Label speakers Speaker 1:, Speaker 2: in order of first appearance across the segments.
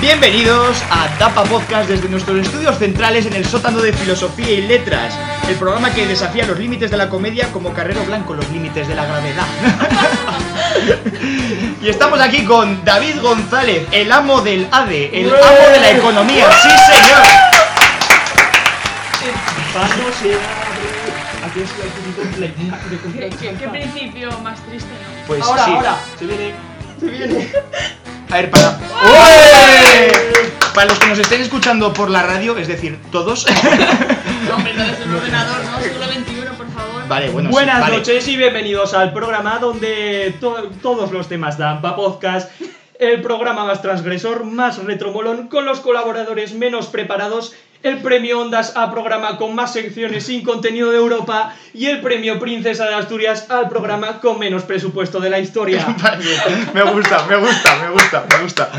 Speaker 1: Bienvenidos a Tapa Podcast desde nuestros estudios centrales en el sótano de Filosofía y Letras, el programa que desafía los límites de la comedia como Carrero Blanco los límites de la gravedad. y estamos aquí con David González, el amo del ADE, el
Speaker 2: ¡Ué!
Speaker 1: amo de la economía, sí señor.
Speaker 2: Vamos a aquí es el principio de la idea de
Speaker 3: ¿Qué,
Speaker 2: comprar
Speaker 3: qué- qué principio más triste, ¿no?
Speaker 1: Pues
Speaker 2: Ahora,
Speaker 1: sí.
Speaker 2: ahora, se viene.
Speaker 1: A ver, para... Para los que nos estén escuchando por la radio, es decir, todos...
Speaker 3: No, hombre, no desde el ordenador, ¿no? Siglo XXI, por favor. Eh,
Speaker 1: vale, bueno, sí,
Speaker 2: Buenas
Speaker 1: vale.
Speaker 2: noches y bienvenidos al programa donde to- todos los temas dan pa' podcast. El programa más transgresor, más retromolón, con los colaboradores menos preparados. El premio Ondas a programa con más secciones sin contenido de Europa. Y el premio Princesa de Asturias al programa con menos presupuesto de la historia.
Speaker 1: Me gusta, me gusta, me gusta, me gusta.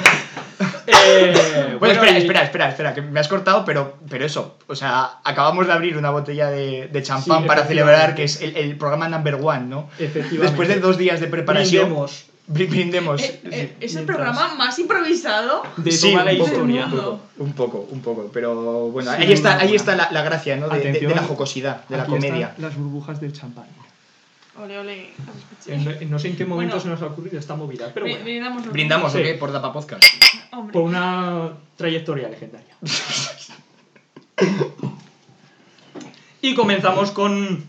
Speaker 2: Eh,
Speaker 1: Bueno, espera,
Speaker 2: y-
Speaker 1: espera, espera, espera, que me has cortado, pero, pero eso, o sea, acabamos de abrir una botella de, de champán
Speaker 2: Sí,
Speaker 1: para
Speaker 2: efectivamente.
Speaker 1: celebrar que es el, el programa number one, ¿no?
Speaker 2: Efectivamente.
Speaker 1: Después de dos días de preparación,
Speaker 2: Brindemos.
Speaker 1: bri- brindemos.
Speaker 3: Eh, eh, ¿Es el
Speaker 2: mientras-
Speaker 3: programa más improvisado?
Speaker 2: de
Speaker 1: Sí,
Speaker 2: toda la
Speaker 1: un poco,
Speaker 2: historia.
Speaker 1: un poco, un poco, un poco, pero bueno,
Speaker 2: Sí,
Speaker 1: ahí está,
Speaker 2: una
Speaker 1: ahí
Speaker 2: buena.
Speaker 1: está la, la gracia, ¿no? De, de- de
Speaker 4: Atención.
Speaker 1: la jocosidad, de la
Speaker 4: Aquí
Speaker 1: comedia.
Speaker 4: están las burbujas del champán.
Speaker 3: Ole, ole, las escuché.
Speaker 2: En- en- no sé en qué momento
Speaker 3: Bueno.
Speaker 2: se nos ha ocurrido esta movida, pero
Speaker 3: Bri-
Speaker 2: bueno.
Speaker 3: Brindamos. ¿no?
Speaker 1: Brindamos, ¿o
Speaker 2: Sí.
Speaker 1: qué? Por Dapa Podcast.
Speaker 3: Hombre.
Speaker 2: Por una trayectoria legendaria. y comenzamos con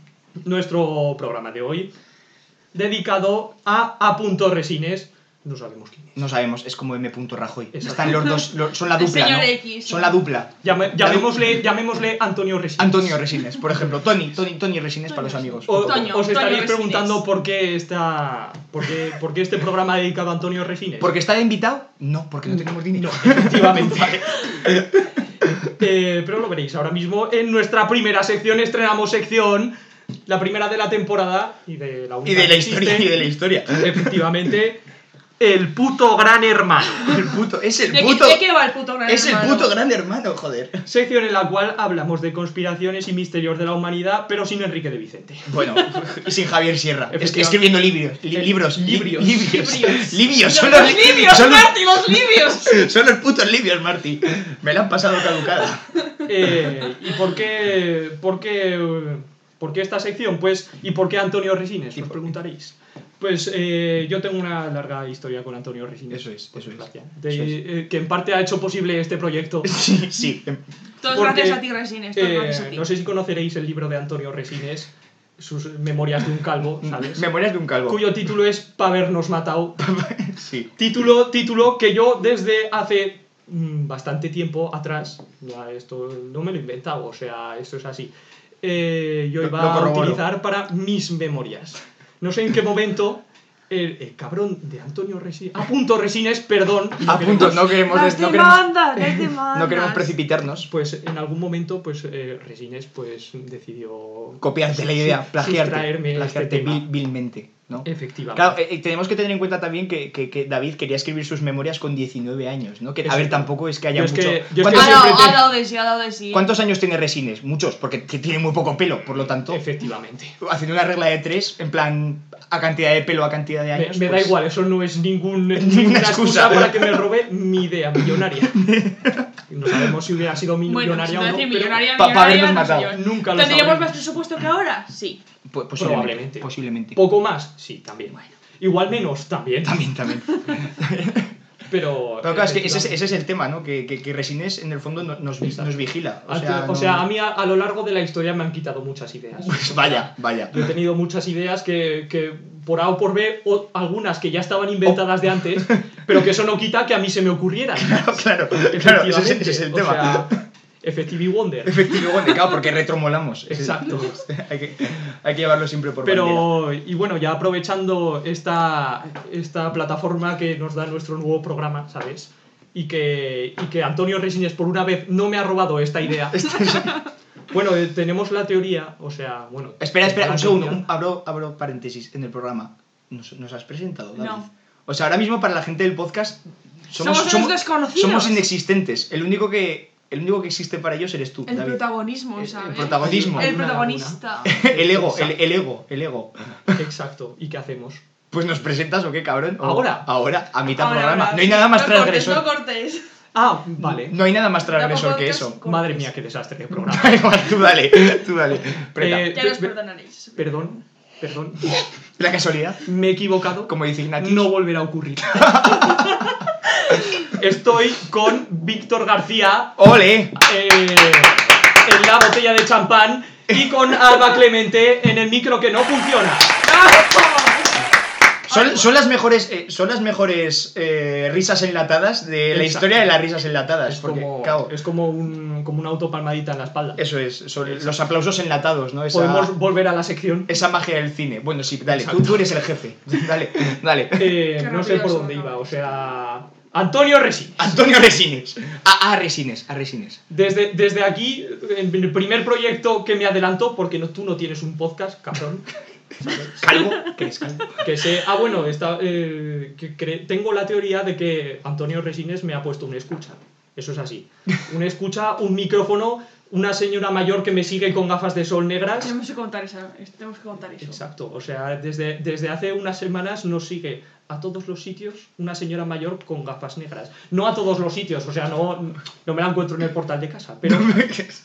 Speaker 2: nuestro programa de hoy, dedicado a A. punto Resines. No sabemos quién es.
Speaker 1: No sabemos, es como M. Rajoy.
Speaker 2: Exacto.
Speaker 1: Están los dos, los- son la
Speaker 3: El
Speaker 1: dupla,
Speaker 3: señor
Speaker 1: ¿no?
Speaker 3: X, sí.
Speaker 1: Son la dupla.
Speaker 2: Llame- llamémosle, llamémosle Antonio Resines.
Speaker 1: Antonio Resines, por ejemplo. Tony, Tony, Tony Resines para los amigos.
Speaker 2: O-
Speaker 3: Toño,
Speaker 2: os estaréis
Speaker 3: Toño
Speaker 2: preguntando
Speaker 3: Resines.
Speaker 2: por qué, está, por, qué, por qué este programa dedicado a Antonio Resines.
Speaker 1: ¿Porque está de invitado? No, porque no tenemos dinero.
Speaker 2: Efectivamente. Eh, pero lo veréis ahora mismo en nuestra primera sección. Estrenamos sección, la primera de la temporada y de la única
Speaker 1: Y de la
Speaker 2: que
Speaker 1: historia,
Speaker 2: existe.
Speaker 1: y de la historia.
Speaker 2: Efectivamente, el puto gran hermano.
Speaker 1: El puto, es
Speaker 3: ¿De,
Speaker 1: el
Speaker 3: qué-
Speaker 1: puto.
Speaker 3: de qué va el puto gran
Speaker 1: Es el
Speaker 3: hermano?
Speaker 1: puto gran hermano, joder.
Speaker 2: Sección en la cual hablamos de conspiraciones y misterios de la humanidad, pero sin Enrique de Vicente.
Speaker 1: Bueno, y sin Javier Sierra. Es que
Speaker 2: Efectivamente.
Speaker 1: escribiendo libros. li- libros. li-
Speaker 2: Librios.
Speaker 1: Librios.
Speaker 3: Librios.
Speaker 1: Librios. Son
Speaker 3: Los,
Speaker 1: los, li-
Speaker 3: libios,
Speaker 1: son los-
Speaker 3: Marti, los libios.
Speaker 1: son los putos librios, Marty. Me la han pasado caducada.
Speaker 2: Eh, ¿Y por qué, por qué, eh, por qué esta sección? Pues, ¿y por qué Antonio Resines?
Speaker 1: ¿Y por
Speaker 2: Os
Speaker 1: qué?
Speaker 2: preguntaréis. Pues eh, yo tengo una larga historia con Antonio Resines.
Speaker 1: Eso es,
Speaker 2: por
Speaker 1: eso es.
Speaker 2: desgracia. De-
Speaker 1: Eso es.
Speaker 2: eh, que en parte ha hecho posible este proyecto.
Speaker 1: Sí, sí. em,
Speaker 3: Todos
Speaker 2: Porque,
Speaker 3: gracias a ti, Resines. Todos gracias a
Speaker 2: Eh,
Speaker 3: ti.
Speaker 2: no sé si conoceréis el libro de Antonio Resines, sus memorias de un calvo,
Speaker 1: Mm.
Speaker 2: ¿sabes?
Speaker 1: Memorias de un calvo.
Speaker 2: Cuyo título es Pa' habernos matado.
Speaker 1: Sí.
Speaker 2: Título, título que yo desde hace mm, bastante tiempo atrás, ya esto no me lo he inventado, o sea, esto es así, eh, yo
Speaker 1: Lo-
Speaker 2: iba
Speaker 1: lo
Speaker 2: a
Speaker 1: corroboro.
Speaker 2: utilizar para mis memorias. No sé en qué momento el, el cabrón de Antonio Resines, a punto Resines, perdón, no
Speaker 1: A Ah, punto,
Speaker 2: queremos-
Speaker 1: no queremos,
Speaker 3: Las
Speaker 1: no queremos,
Speaker 3: demandas, las demandas.
Speaker 1: no queremos precipitarnos.
Speaker 2: Pues en algún momento, pues eh, Resines pues decidió...
Speaker 1: Copiarte la idea,
Speaker 2: sus-
Speaker 1: plagiarte.
Speaker 2: sustraerme este
Speaker 1: Plagiarte
Speaker 2: tema.
Speaker 1: vil- vilmente, ¿no?
Speaker 2: Efectivamente.
Speaker 1: Claro, eh, eh, tenemos que tener en cuenta también que, que- que David quería escribir sus memorias con 19 años, ¿no? Que, a
Speaker 2: Exacto.
Speaker 1: ver, tampoco es que haya
Speaker 2: Yo es
Speaker 1: mucho...
Speaker 2: que- yo es que
Speaker 3: Ha
Speaker 1: ¿Cuántos,
Speaker 3: dado,
Speaker 2: siempre
Speaker 3: ha
Speaker 2: te-
Speaker 3: dado de sí, ha dado de sí.
Speaker 1: cuántos años tiene Resines? Muchos, porque t- tiene muy poco pelo, por lo tanto,
Speaker 2: Efectivamente.
Speaker 1: haciendo una regla de tres, en plan, a cantidad de pelo, a cantidad de
Speaker 2: Me,
Speaker 1: años...
Speaker 2: me da
Speaker 1: pues-
Speaker 2: igual, eso no es ningún,
Speaker 1: Ninguna
Speaker 2: ninguna excusa
Speaker 1: excusa.
Speaker 2: para que me robe mi idea millonaria. No sabemos si hubiera sido
Speaker 3: Bueno,
Speaker 2: millonaria
Speaker 3: si me
Speaker 2: o no,
Speaker 3: decís
Speaker 2: pero
Speaker 3: millonaria,
Speaker 1: pa- pa'
Speaker 3: millonaria,
Speaker 1: habernos
Speaker 3: no sé
Speaker 1: matado.
Speaker 3: yo.
Speaker 2: nunca lo
Speaker 3: ¿Tendríamos más
Speaker 2: sabremos.
Speaker 3: presupuesto que ahora? Sí.
Speaker 1: Po- posiblemente,
Speaker 2: Probablemente.
Speaker 1: Posiblemente.
Speaker 2: Poco más, sí, también. Igual menos, también.
Speaker 1: También, también.
Speaker 2: Pero,
Speaker 1: Pero claro, es que ese, es- ese es el tema, ¿no? Que, que- que Resines, en el fondo, no- nos, vi- nos vigila. O
Speaker 2: Al-
Speaker 1: sea, no-
Speaker 2: a mí a, a lo largo de la historia me han quitado muchas ideas.
Speaker 1: Pues vaya, vaya.
Speaker 2: Yo he tenido muchas ideas que, que por A o por B, o algunas que ya estaban inventadas de antes, pero que eso no quita que a mí se me ocurrieran.
Speaker 1: Oh. Claro, claro, ese, es- ese es el
Speaker 2: Efectivamente,
Speaker 1: tema.
Speaker 2: O sea, Effective Wonder.
Speaker 1: Efectivo, bueno, claro, porque retromolamos.
Speaker 2: Exacto.
Speaker 1: hay, que, hay que llevarlo siempre por bandera.
Speaker 2: Pero, y bueno, ya aprovechando esta, esta plataforma que nos da nuestro nuevo programa, ¿sabes? Y que, y que Antonio Resines por una vez no me ha robado esta idea.
Speaker 1: Este
Speaker 2: bueno, eh, tenemos la teoría, o sea, bueno... Ah,
Speaker 1: Espera, espera, un
Speaker 2: tenemos la
Speaker 1: segundo.
Speaker 2: teoría.
Speaker 1: un- abro, abro paréntesis en el programa. ¿Nos, nos has presentado, David?
Speaker 3: No.
Speaker 1: O sea, ahora mismo para la gente del podcast somos,
Speaker 3: Somos unos desconocidos.
Speaker 1: somos inexistentes. El único, que, el único que existe para ellos eres tú,
Speaker 3: El
Speaker 1: David.
Speaker 3: protagonismo,
Speaker 1: Eh, El- el
Speaker 3: ¿sabes?
Speaker 1: protagonismo.
Speaker 3: El
Speaker 2: Una
Speaker 3: protagonista.
Speaker 1: el ego, el, el ego, el ego.
Speaker 2: Exacto. ¿Y qué hacemos?
Speaker 1: Pues nos presentas o qué, cabrón. O-
Speaker 2: Ahora.
Speaker 1: Ahora, a mitad
Speaker 3: Ahora,
Speaker 1: programa.
Speaker 3: ahora,
Speaker 1: no hay nada más
Speaker 3: no cortes,
Speaker 1: transgresor.
Speaker 3: No cortes.
Speaker 2: Ah, vale.
Speaker 1: No hay nada más transgresor
Speaker 3: Tampoco
Speaker 1: que
Speaker 3: podcast
Speaker 1: eso.
Speaker 3: cortos.
Speaker 2: Madre mía, qué desastre de programa.
Speaker 1: Da igual, tú dale, tú dale. Preta.
Speaker 2: Eh,
Speaker 3: Ya
Speaker 2: pe-
Speaker 3: nos
Speaker 2: pe-
Speaker 3: perdonaréis.
Speaker 2: Perdón, perdón.
Speaker 1: La casualidad,
Speaker 2: Me he equivocado.
Speaker 1: como dice Ignatius.
Speaker 2: No volverá a ocurrir. Estoy con Víctor García
Speaker 1: ¡Ole!
Speaker 2: eh, en la botella de champán y con Alba Clemente en el micro que no funciona.
Speaker 1: Son, son las mejores, eh, son las mejores eh, risas enlatadas de la
Speaker 2: Exacto.
Speaker 1: historia de las risas enlatadas.
Speaker 2: Es
Speaker 1: porque,
Speaker 2: como,
Speaker 1: cao,
Speaker 2: es como, un, como una autopalmadita en la espalda.
Speaker 1: eso es, son los aplausos enlatados, ¿no? Esa,
Speaker 2: Podemos volver a la sección.
Speaker 1: esa magia del cine. Bueno, sí, dale, tú,
Speaker 2: Exacto.
Speaker 1: tú eres el jefe. Dale, dale.
Speaker 2: Eh,
Speaker 3: Qué
Speaker 2: no sé por
Speaker 3: rabioso,
Speaker 2: dónde
Speaker 3: ¿no?
Speaker 2: iba, o sea... Antonio Resines.
Speaker 1: Antonio Resines. A, a Resines, a Resines.
Speaker 2: Desde, desde aquí, en el primer proyecto que me adelanto, porque no, tú no tienes un podcast, cabrón,
Speaker 1: Calvo, que es calvo.
Speaker 2: que sé... Ah, bueno, está, eh, que cre- tengo la teoría de que Antonio Resines me ha puesto un escucha. Eso es así. Un escucha, un micrófono, una señora mayor que me sigue con gafas de sol negras.
Speaker 3: Tenemos que contar esa, es- tenemos que contar eso.
Speaker 2: Exacto, o sea, desde, desde hace unas semanas nos sigue a todos los sitios una señora mayor con gafas negras. No a todos los sitios, o sea, no, no me la encuentro en el portal de casa, pero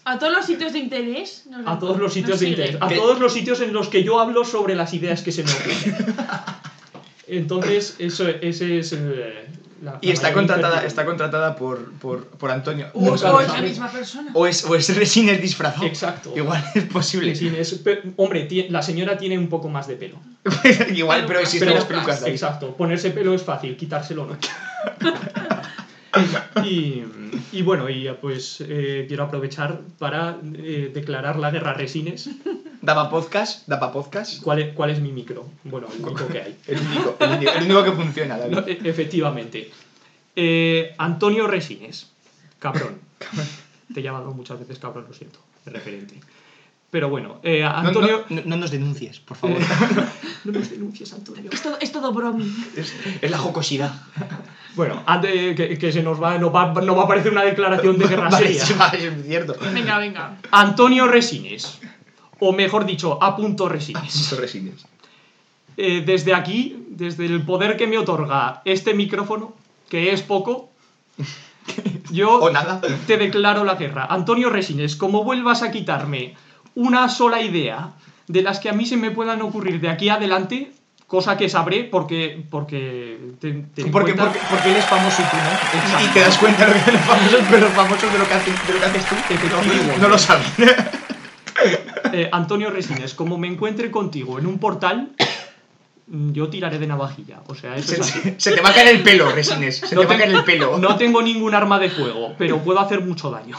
Speaker 3: A todos los sitios de interés. nos
Speaker 2: a
Speaker 3: la-
Speaker 2: todos los sitios
Speaker 3: nos
Speaker 2: de
Speaker 3: sigue.
Speaker 2: interés, a
Speaker 1: ¿Qué?
Speaker 2: todos los sitios en los que yo hablo sobre las ideas que se me ocurren. Entonces, eso, e-, ese es eh, la,
Speaker 1: Y está
Speaker 2: la mayor
Speaker 1: contratada,
Speaker 2: incertidumbre.
Speaker 1: está contratada por, por, por Antonio.
Speaker 3: O,
Speaker 1: No
Speaker 3: o
Speaker 1: sabes.
Speaker 3: es la
Speaker 2: sabe.
Speaker 3: misma persona.
Speaker 1: O es, o es Resines disfrazado.
Speaker 2: Exacto.
Speaker 1: Igual es posible.
Speaker 2: Sí, es- pe- hombre, ti- la señora tiene un poco más de pelo.
Speaker 1: Igual, pero existen
Speaker 2: Pero-
Speaker 1: las pelucas de ahí.
Speaker 2: Exacto, ponerse pelo es fácil, quitárselo no. y, y bueno, y eh, pues eh, quiero aprovechar para eh, declarar la guerra a resines.
Speaker 1: Daba podcast, daba podcast.
Speaker 2: ¿Cuál es, ¿Cuál es mi micro? Bueno, el único que hay.
Speaker 1: El único, el único, el único que funciona,
Speaker 2: No,
Speaker 1: David.
Speaker 2: e- efectivamente. Eh, Antonio Resines, cabrón. Te he llamado muchas veces cabrón, lo siento, de referente. Pero bueno, eh,
Speaker 1: No,
Speaker 2: Antonio...
Speaker 1: no- no- no nos denuncies, por favor.
Speaker 2: No nos denuncies, Antonio.
Speaker 3: Es todo, es todo bromi.
Speaker 1: Es, es la jocosidad.
Speaker 2: Bueno, ante- que, que se nos va, no va, no va a aparecer una declaración de guerra
Speaker 1: Vale,
Speaker 2: seria.
Speaker 1: sí, vale, es cierto.
Speaker 3: Venga, venga.
Speaker 2: Antonio Resines, o mejor dicho, A. punto Resines.
Speaker 1: Resines.
Speaker 2: Eh, desde aquí, desde el poder que me otorga este micrófono, que es poco, yo
Speaker 1: O nada.
Speaker 2: te declaro la guerra. Antonio Resines, como vuelvas a quitarme una sola idea de las que a mí se me puedan ocurrir de aquí adelante, cosa que sabré porque... porque te, te
Speaker 1: Porque,
Speaker 2: cuenta-
Speaker 1: porque, porque él es famoso y tú no. Y- Y
Speaker 2: Exacto.
Speaker 1: te das cuenta de lo que los famosos, de los famosos de lo que haces, de lo que haces tú.
Speaker 2: Efectivamente.
Speaker 1: No, no lo saben.
Speaker 2: Eh, Antonio Resines, como me encuentre contigo en un portal, mm, yo tiraré de navajilla. O sea, eso es
Speaker 1: Se,
Speaker 2: así.
Speaker 1: se- se te va a caer el pelo, Resines. Se
Speaker 2: No
Speaker 1: te va a
Speaker 2: te-
Speaker 1: caer el pelo.
Speaker 2: No tengo ningún arma de fuego, pero puedo hacer mucho daño.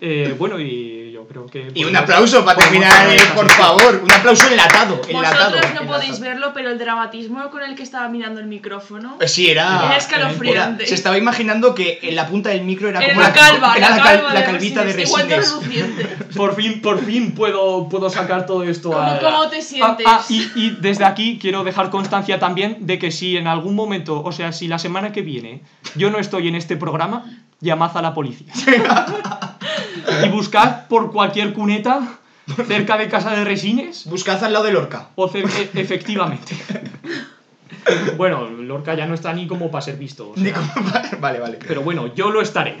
Speaker 2: Eh, bueno, y yo creo que...
Speaker 1: Y un aplauso para terminar, eh, por favor. Un aplauso enlatado. enlatado
Speaker 3: Vosotros no
Speaker 1: enlatado.
Speaker 3: podéis verlo, pero el dramatismo con el que estaba mirando el micrófono.
Speaker 1: Pues sí, era.
Speaker 3: Era
Speaker 1: Era-
Speaker 3: escalofriante.
Speaker 1: se estaba imaginando que en la punta del micro era
Speaker 3: Era
Speaker 1: como
Speaker 3: la calva,
Speaker 1: era
Speaker 3: la,
Speaker 1: cal-
Speaker 3: calva
Speaker 1: la calvita de
Speaker 3: Resines, Igual de
Speaker 1: resines.
Speaker 3: reluciente.
Speaker 2: Por fin, por fin puedo, puedo sacar todo esto
Speaker 3: ¿Cómo-
Speaker 2: a...
Speaker 3: cómo te sientes?
Speaker 2: Ah, ah, y, y desde aquí quiero dejar constancia también de que si en algún momento, o sea, si la semana que viene yo no estoy en este programa, llamad a la policía. y buscad por cualquier cuneta cerca de casa de resines
Speaker 1: Buscad al lado del orca.
Speaker 2: o cer- e- efectivamente. Bueno, Lorca ya no está ni como para ser visto. o sea.
Speaker 1: vale, vale.
Speaker 2: Pero bueno, yo lo estaré.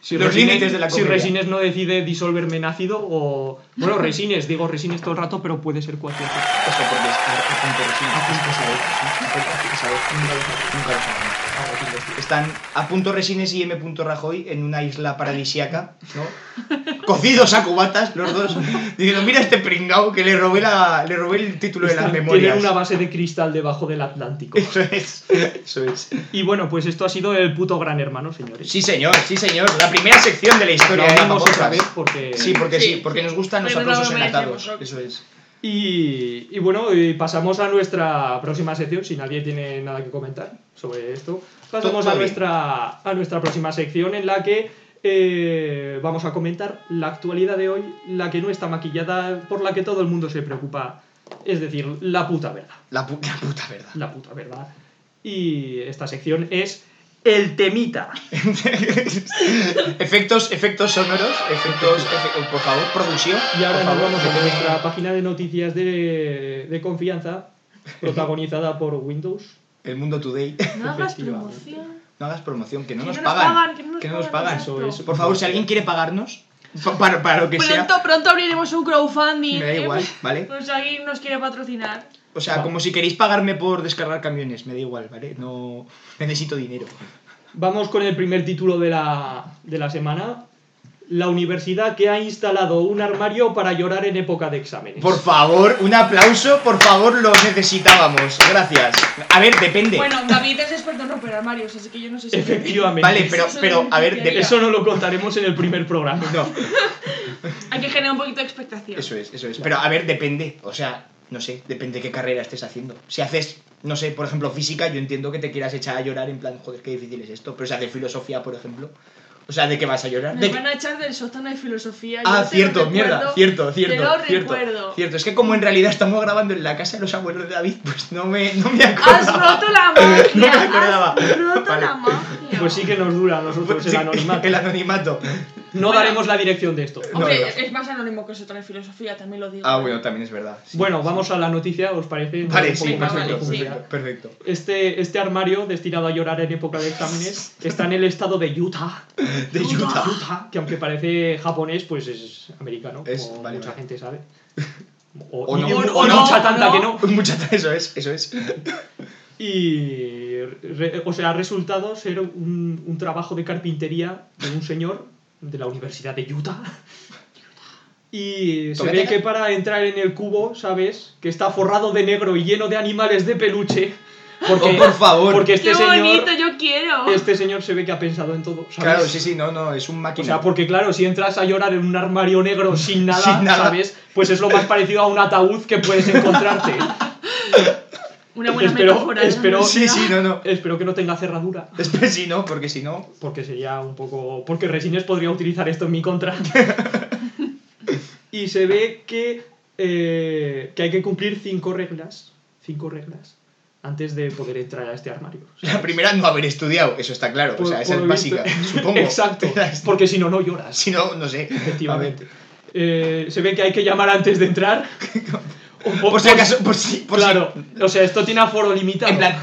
Speaker 2: Si
Speaker 1: Los
Speaker 2: Resines-
Speaker 1: límites de la
Speaker 2: Si
Speaker 1: comedia.
Speaker 2: Resines no decide disolverme en ácido o... Bueno, Resines, digo Resines todo el rato, pero puede ser cualquier cosa.
Speaker 1: Esto porque es a, a punto resines. Tienes que saber, tienes que saber, nunca lo sabrás, nunca lo sabrás.
Speaker 2: Ah, Resines.
Speaker 1: Están a punto resines y M. punto Rajoy en una isla paradisiaca, ¿no? Cocidos a cubatas, los dos. Diciendo, mira este pringao que le robé, la, le robé el título de las
Speaker 2: Tienen
Speaker 1: memorias.
Speaker 2: una base de cristal debajo del Atlántico.
Speaker 1: Eso es, eso es.
Speaker 2: Y bueno, pues esto ha sido el puto gran hermano, señores.
Speaker 1: Sí, señor, sí, señor. La primera sección de la historia de
Speaker 2: Aplaudimos
Speaker 1: Gamba
Speaker 2: otra vez
Speaker 1: Podcast.
Speaker 2: porque...
Speaker 1: Sí, porque sí,
Speaker 3: Sí.
Speaker 1: porque nos gustan los
Speaker 3: Pero no lo
Speaker 1: aplausos
Speaker 3: merecemos,
Speaker 1: enlatados.
Speaker 3: ¿no?
Speaker 1: Eso es.
Speaker 2: Y, y bueno, y pasamos a nuestra próxima sección, si nadie tiene nada que comentar sobre esto. Pasamos
Speaker 1: Todo
Speaker 2: a
Speaker 1: bien.
Speaker 2: nuestra, a nuestra próxima sección en la que eh, vamos a comentar la actualidad de hoy, la que no está maquillada, por la que todo el mundo se preocupa. Es decir, la puta verdad.
Speaker 1: La, pu- la puta verdad.
Speaker 2: La puta verdad. Y esta sección es el temita.
Speaker 1: efectos, efectos sonoros, efectos, efe- por favor, producción.
Speaker 2: Y ahora
Speaker 1: por
Speaker 2: nos
Speaker 1: favor,
Speaker 2: vamos
Speaker 1: que
Speaker 2: a
Speaker 1: tiene-
Speaker 2: nuestra página de noticias de, de confianza, protagonizada por Windows.
Speaker 1: El mundo today.
Speaker 3: No hagas
Speaker 2: Efectivamente.
Speaker 3: promoción.
Speaker 1: no hagas promoción, que no
Speaker 4: Que
Speaker 1: nos
Speaker 4: no nos
Speaker 1: pagan.
Speaker 4: pagan, que no nos pagan,
Speaker 1: pagan.
Speaker 4: exacto.
Speaker 1: Eso, eso. Por favor, si alguien quiere pagarnos, pa- para, para lo que sea,
Speaker 4: Pronto, pronto abriremos un crowdfunding.
Speaker 1: me da
Speaker 4: ¿eh?
Speaker 1: igual, ¿vale?
Speaker 4: Pues alguien nos quiere patrocinar.
Speaker 1: O sea,
Speaker 2: Va.
Speaker 1: como si queréis pagarme por descargar camiones, me da igual, ¿vale? No necesito dinero.
Speaker 2: Vamos con el primer título de la, de la semana. La universidad que ha instalado un armario para llorar en época de exámenes.
Speaker 1: Por favor, un aplauso, por favor, lo necesitábamos. Gracias. A ver, depende.
Speaker 4: Bueno, David es experto en romper armarios, así que yo no sé si.
Speaker 2: Efectivamente.
Speaker 1: vale, pero,
Speaker 4: eso
Speaker 1: pero,
Speaker 4: es
Speaker 1: a ver,
Speaker 4: ingeniería.
Speaker 1: de-
Speaker 2: Eso no lo contaremos en el primer programa.
Speaker 1: No,
Speaker 4: Hay que generar un poquito de expectación.
Speaker 1: eso es, eso es. Pero a ver, depende. O sea, no sé, depende de qué carrera estés haciendo. Si haces, no sé, por ejemplo, física, yo entiendo que te quieras echar a llorar en plan, joder, qué difícil es esto. Pero si haces filosofía, por ejemplo, o sea, ¿de qué vas a llorar?
Speaker 4: Nos
Speaker 1: ¿De qué-
Speaker 4: van a echar del sótano de filosofía. yo
Speaker 1: Ah,
Speaker 4: te lo
Speaker 1: cierto,
Speaker 4: recuerdo,
Speaker 1: mierda, cierto, cierto.
Speaker 4: Te lo
Speaker 1: cierto,
Speaker 4: recuerdo.
Speaker 1: Cierto, es que como en realidad estamos grabando en la casa de los abuelos de David, pues no me, no me
Speaker 4: Has
Speaker 1: acordaba.
Speaker 4: roto la
Speaker 1: No me
Speaker 4: magia.
Speaker 1: acordaba.
Speaker 4: Has roto
Speaker 1: Vale.
Speaker 4: la magia.
Speaker 2: Pues sí que nos dura a nosotros
Speaker 1: Pues sí,
Speaker 2: el anonimato.
Speaker 1: el anonimato.
Speaker 2: No
Speaker 4: Bueno.
Speaker 2: daremos la dirección de esto.
Speaker 1: No,
Speaker 4: Hombre,
Speaker 1: no.
Speaker 4: es más anónimo que el sótano de filosofía, también lo digo.
Speaker 1: Ah, bueno, también es verdad. sí.
Speaker 2: Bueno, vamos a la noticia, ¿os parece?
Speaker 1: Vale,
Speaker 2: Un
Speaker 1: sí,
Speaker 2: poco más de
Speaker 1: perfecto,
Speaker 4: vale, sí.
Speaker 1: perfecto, perfecto.
Speaker 2: Este, este armario destinado a llorar en época de exámenes está en el estado de Utah.
Speaker 1: De Utah.
Speaker 2: Utah, que aunque parece japonés, pues es americano,
Speaker 1: Es-
Speaker 2: como
Speaker 1: vale,
Speaker 2: mucha
Speaker 1: vale.
Speaker 2: gente sabe. O,
Speaker 1: O no,
Speaker 2: y-
Speaker 1: o
Speaker 2: o
Speaker 1: no,
Speaker 2: mucha
Speaker 4: o
Speaker 2: tanta
Speaker 4: no.
Speaker 2: que no.
Speaker 1: Mucha eso es, eso es.
Speaker 2: Y, re- o sea, ha resultado ser un, un trabajo de carpintería de un señor de la Universidad de Utah. Y se
Speaker 1: Tócatela.
Speaker 2: ve que para entrar en el cubo, ¿sabes? Que está forrado de negro y lleno de animales de peluche. Porque,
Speaker 1: Oh, por favor.
Speaker 2: Porque
Speaker 4: Qué
Speaker 2: este señor,
Speaker 4: bonito, yo quiero.
Speaker 2: este señor se ve que ha pensado en todo, ¿sabes?
Speaker 1: Claro, sí, sí, no, no, es un
Speaker 2: O
Speaker 1: máquina.
Speaker 2: sea, porque claro, si entras a llorar en un armario negro sin nada,
Speaker 1: Sin nada.
Speaker 2: ¿sabes? Pues es lo más parecido a un ataúd que puedes encontrarte.
Speaker 4: Una buena
Speaker 2: espero-
Speaker 4: metáfora. ¿no?
Speaker 2: espero-
Speaker 1: Sí, sí, no, no.
Speaker 2: Espero que no tenga cerradura.
Speaker 1: Es que si no, porque si no.
Speaker 2: Porque sería un poco. Porque Resines podría utilizar esto en mi contra. y se ve que, eh, que hay que cumplir cinco reglas. Cinco reglas. Antes de poder entrar a este armario.
Speaker 1: La primera, no haber estudiado, eso está claro. o
Speaker 2: Por-
Speaker 1: sea,
Speaker 2: por
Speaker 1: esa es
Speaker 2: lo visto.
Speaker 1: básica, supongo.
Speaker 2: Exacto. Porque si no, no lloras.
Speaker 1: Si no, no sé.
Speaker 2: efectivamente. Eh, se ve que hay que llamar antes de entrar. O- o-
Speaker 1: Por si acaso, por si. Por si-
Speaker 2: claro. O sea, esto tiene aforo limitado.
Speaker 1: En plan,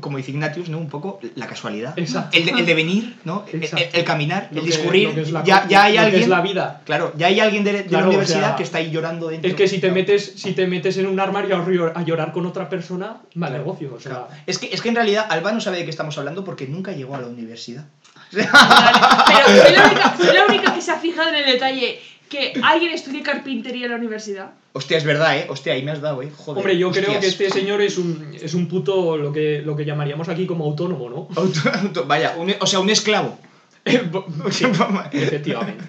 Speaker 1: como dice Ignatius, ¿no? Un poco la casualidad.
Speaker 2: Exacto.
Speaker 1: El, de- el devenir, ¿no? El,
Speaker 2: Exacto.
Speaker 1: el- el caminar,
Speaker 2: Lo
Speaker 1: el
Speaker 2: que-
Speaker 1: discurrir.
Speaker 2: lo que es la-
Speaker 1: ya, ya hay
Speaker 2: lo que
Speaker 1: alguien.
Speaker 2: es la vida.
Speaker 1: Claro, ya hay alguien de, de la
Speaker 2: Claro, o
Speaker 1: universidad
Speaker 2: sea,
Speaker 1: que está ahí llorando dentro.
Speaker 2: Es que si te
Speaker 1: No.
Speaker 2: metes, si te metes en un armario a rio- a llorar con otra persona, mal
Speaker 1: Claro,
Speaker 2: negocio. O sea,
Speaker 1: Claro. Es que, es que en realidad Alba no sabe de qué estamos hablando porque nunca llegó a la universidad.
Speaker 4: Vale, Pero soy la, única, soy la única que se ha fijado en el detalle que alguien estudie carpintería en la universidad.
Speaker 1: Hostia, es verdad, ¿eh? Hostia, ahí me has dado, ¿eh? Joder.
Speaker 2: Hombre, yo creo
Speaker 1: hostias.
Speaker 2: que este señor es un, es un puto, lo que, lo que llamaríamos aquí como autónomo, ¿no?
Speaker 1: Auto- auto- vaya, un- o sea, un esclavo.
Speaker 2: Sí, efectivamente.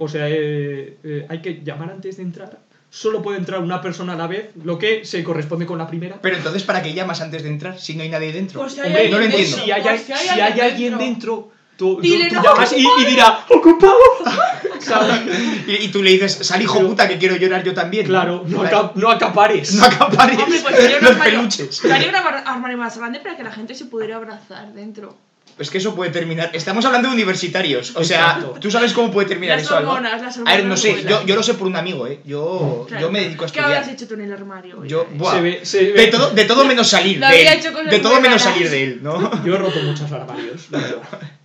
Speaker 2: O sea, eh, eh, hay que llamar antes de entrar. Solo puede entrar una persona a la vez, lo que se corresponde con la primera.
Speaker 1: Pero entonces, ¿para qué llamas antes de entrar si no hay nadie dentro?
Speaker 4: Por si hay
Speaker 2: Hombre,
Speaker 4: alguien
Speaker 1: no lo
Speaker 4: dentro,
Speaker 1: entiendo.
Speaker 2: Si hay,
Speaker 4: por
Speaker 2: si hay alguien dentro, tú, tú-
Speaker 4: Dile,
Speaker 2: tú
Speaker 4: "No,
Speaker 2: llamas y, y dirá, ¡ocupado!
Speaker 4: eh,
Speaker 2: ¿Sabes?
Speaker 1: Y, y tú le dices, sal hijo
Speaker 2: Pero-
Speaker 1: puta que quiero llorar yo también.
Speaker 2: Claro, no,
Speaker 1: Para-
Speaker 2: aca- no acapares.
Speaker 1: No acapares
Speaker 4: Hombre, pues sería un
Speaker 1: los
Speaker 4: armario-
Speaker 1: peluches.
Speaker 4: Daría un amar- armario más grande para que la gente se pudiera abrazar dentro.
Speaker 1: Es que eso puede terminar. Estamos hablando de universitarios. O sea,
Speaker 2: Exacto.
Speaker 1: tú sabes cómo puede terminar
Speaker 4: Las
Speaker 1: eso, Alba?
Speaker 4: hormonas, las
Speaker 1: A ver, no
Speaker 4: hormonas
Speaker 1: sé,
Speaker 4: vuelan.
Speaker 1: yo, yo lo sé por un amigo, ¿eh? Yo,
Speaker 4: Claro.
Speaker 1: yo me dedico a
Speaker 4: ¿Qué habrás
Speaker 1: estudiar.
Speaker 4: hecho tú en el armario?
Speaker 1: Yo,
Speaker 4: Oiga, eh?
Speaker 1: buah,
Speaker 2: Se ve- se
Speaker 1: de,
Speaker 2: ve-
Speaker 1: todo, de todo menos salir
Speaker 4: Lo
Speaker 1: de
Speaker 4: habría
Speaker 1: él.
Speaker 4: hecho cosas
Speaker 1: De todo
Speaker 4: muy
Speaker 1: menos
Speaker 4: raras.
Speaker 1: salir de él, ¿no?
Speaker 2: Yo he roto muchos armarios, la verdad.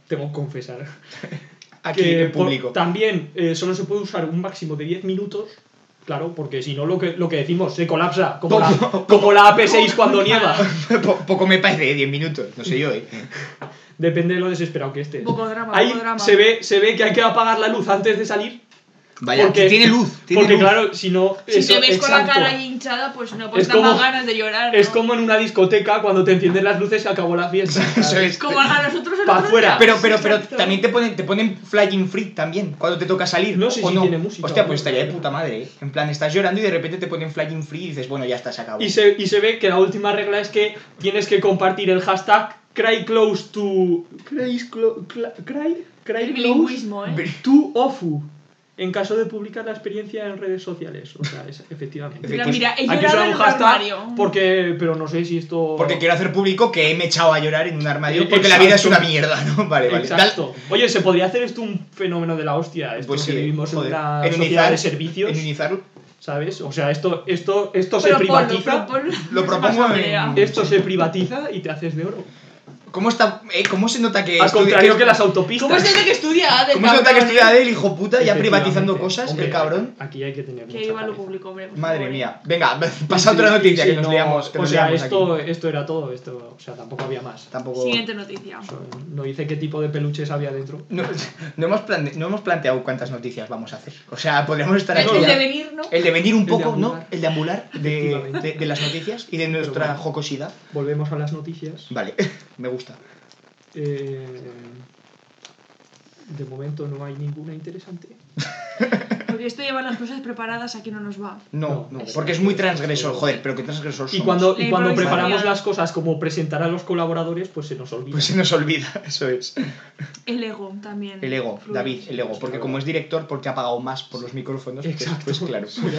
Speaker 2: Tengo que confesar.
Speaker 1: Aquí
Speaker 2: que
Speaker 1: en
Speaker 2: por-
Speaker 1: público.
Speaker 2: también eh, solo se puede usar un máximo de 10 minutos. Claro, porque si no, lo que, lo que decimos se colapsa, como la, como la AP6 cuando nieva.
Speaker 1: Po- poco me parece, ¿eh? 10 minutos, no sé yo, ¿eh?
Speaker 2: Depende de lo desesperado que estés.
Speaker 4: Un poco drama, un
Speaker 2: Ahí
Speaker 4: poco drama.
Speaker 2: se ve, se ve que hay que apagar la luz antes de salir.
Speaker 1: Vaya,
Speaker 2: porque,
Speaker 1: tiene luz. Tiene
Speaker 2: porque
Speaker 1: luz.
Speaker 2: claro, si no.
Speaker 4: Si
Speaker 2: eso-
Speaker 4: te ves con la
Speaker 2: exacto.
Speaker 4: cara ahí hinchada, pues no, pues
Speaker 2: Es
Speaker 4: dan más
Speaker 2: como-
Speaker 4: ganas de llorar. ¿no?
Speaker 2: Es como en una discoteca, cuando te encienden las luces se acabó la fiesta. ¿sabes?
Speaker 1: Eso es.
Speaker 4: Como a nosotros el
Speaker 2: Pa'
Speaker 4: otro
Speaker 2: afuera.
Speaker 4: día.
Speaker 1: Pero, pero, pero
Speaker 4: Exacto.
Speaker 1: también te ponen, te ponen flying free también cuando te toca salir.
Speaker 2: No sé
Speaker 1: ¿o
Speaker 2: si tiene música
Speaker 1: Hostia,
Speaker 2: o
Speaker 1: pues
Speaker 2: no.
Speaker 1: estaría de puta madre, ¿eh? En plan, estás llorando y de repente te ponen flying free y dices, bueno, ya está, se acabó.
Speaker 2: Y se, y se ve que la última regla es que tienes que compartir el hashtag cry close to. Cry, clo- cla- cry, cry close
Speaker 4: El bilingüismo, ¿eh?
Speaker 2: to ofu. En caso de publicar la experiencia en redes sociales. O sea, es- efectivamente.
Speaker 1: pues
Speaker 4: Mira, mira, he
Speaker 2: Hay que usar
Speaker 4: llorado en
Speaker 2: un
Speaker 4: el
Speaker 2: hashtag
Speaker 4: armario.
Speaker 2: porque. Pero no sé si esto.
Speaker 1: Porque quiero hacer público que me he echado a llorar en un armario
Speaker 2: Eh,
Speaker 1: porque la vida es
Speaker 2: exacto.
Speaker 1: una mierda, ¿no? Vale, vale. Dal-
Speaker 2: Exacto. Oye, ¿se podría hacer esto un fenómeno de la hostia? Esto
Speaker 1: Pues
Speaker 2: que
Speaker 1: sí,
Speaker 2: vivimos
Speaker 1: joder.
Speaker 2: en una
Speaker 1: En
Speaker 2: sociedad
Speaker 1: Unizar-
Speaker 2: de servicios,
Speaker 1: En Unizar
Speaker 2: ¿sabes? O sea, esto, esto, esto se
Speaker 4: Pero ponlo,
Speaker 2: privatiza.
Speaker 4: pero ponlo.
Speaker 1: Lo propongo en-
Speaker 4: Asamblea.
Speaker 2: Esto se privatiza y te haces de oro.
Speaker 1: ¿Cómo, está, eh, ¿Cómo se nota que
Speaker 2: Al
Speaker 1: estudia-
Speaker 2: contrario
Speaker 1: que-
Speaker 2: que las
Speaker 4: ¿Cómo es
Speaker 2: autopistas.
Speaker 4: gente que estudia ADE,
Speaker 1: ¿Cómo se nota que
Speaker 4: cabrón,
Speaker 1: estudia
Speaker 4: eh?
Speaker 1: del hijo puta ya privatizando
Speaker 2: Efectivamente.
Speaker 1: cosas,
Speaker 2: Hombre,
Speaker 1: el cabrón?
Speaker 2: Aquí hay que tener
Speaker 4: Que
Speaker 2: mucha
Speaker 4: iba a lo
Speaker 2: cabeza.
Speaker 4: público, hombre. por
Speaker 1: Madre
Speaker 4: favor, eh.
Speaker 1: mía. Venga, pasa otra
Speaker 2: Sí,
Speaker 1: noticia
Speaker 2: sí,
Speaker 1: que nos
Speaker 2: no,
Speaker 1: leamos. Que
Speaker 2: o
Speaker 1: nos
Speaker 2: sea,
Speaker 1: leamos
Speaker 2: esto,
Speaker 1: aquí.
Speaker 2: esto era todo, esto, o sea, tampoco había más.
Speaker 1: Tampoco.
Speaker 4: Siguiente noticia.
Speaker 2: O sea, No dice qué tipo de peluches había dentro.
Speaker 1: No, no hemos plante- no hemos planteado cuántas noticias vamos a hacer. O sea, podríamos estar
Speaker 4: El,
Speaker 1: aquí.
Speaker 4: el
Speaker 1: ya-
Speaker 4: devenir, ¿no?
Speaker 1: El de venir un
Speaker 2: El de
Speaker 1: poco, ¿no?
Speaker 2: ambular.
Speaker 1: El de ambular de,
Speaker 2: Efectivamente.
Speaker 1: de- de las noticias y de nuestra
Speaker 2: bueno.
Speaker 1: jocosidad.
Speaker 2: Volvemos a las noticias.
Speaker 1: Vale, me gusta.
Speaker 2: Eh, de momento no hay ninguna interesante.
Speaker 4: Porque esto lleva las cosas preparadas, aquí no nos va.
Speaker 1: No, no,
Speaker 2: No,
Speaker 1: porque es muy transgresor, joder, pero qué transgresor
Speaker 2: Y
Speaker 1: somos.
Speaker 2: cuando,
Speaker 4: La
Speaker 2: y cuando
Speaker 4: improvisación.
Speaker 2: preparamos las cosas como presentar a los colaboradores, pues se nos olvida.
Speaker 1: Pues se nos olvida, eso es.
Speaker 4: El ego también.
Speaker 1: El ego,
Speaker 4: Fluye.
Speaker 1: David, el ego. Porque como es director, porque ha pagado más por los micrófonos, pues,
Speaker 2: Exacto.
Speaker 1: pues claro.
Speaker 2: Soy
Speaker 4: Es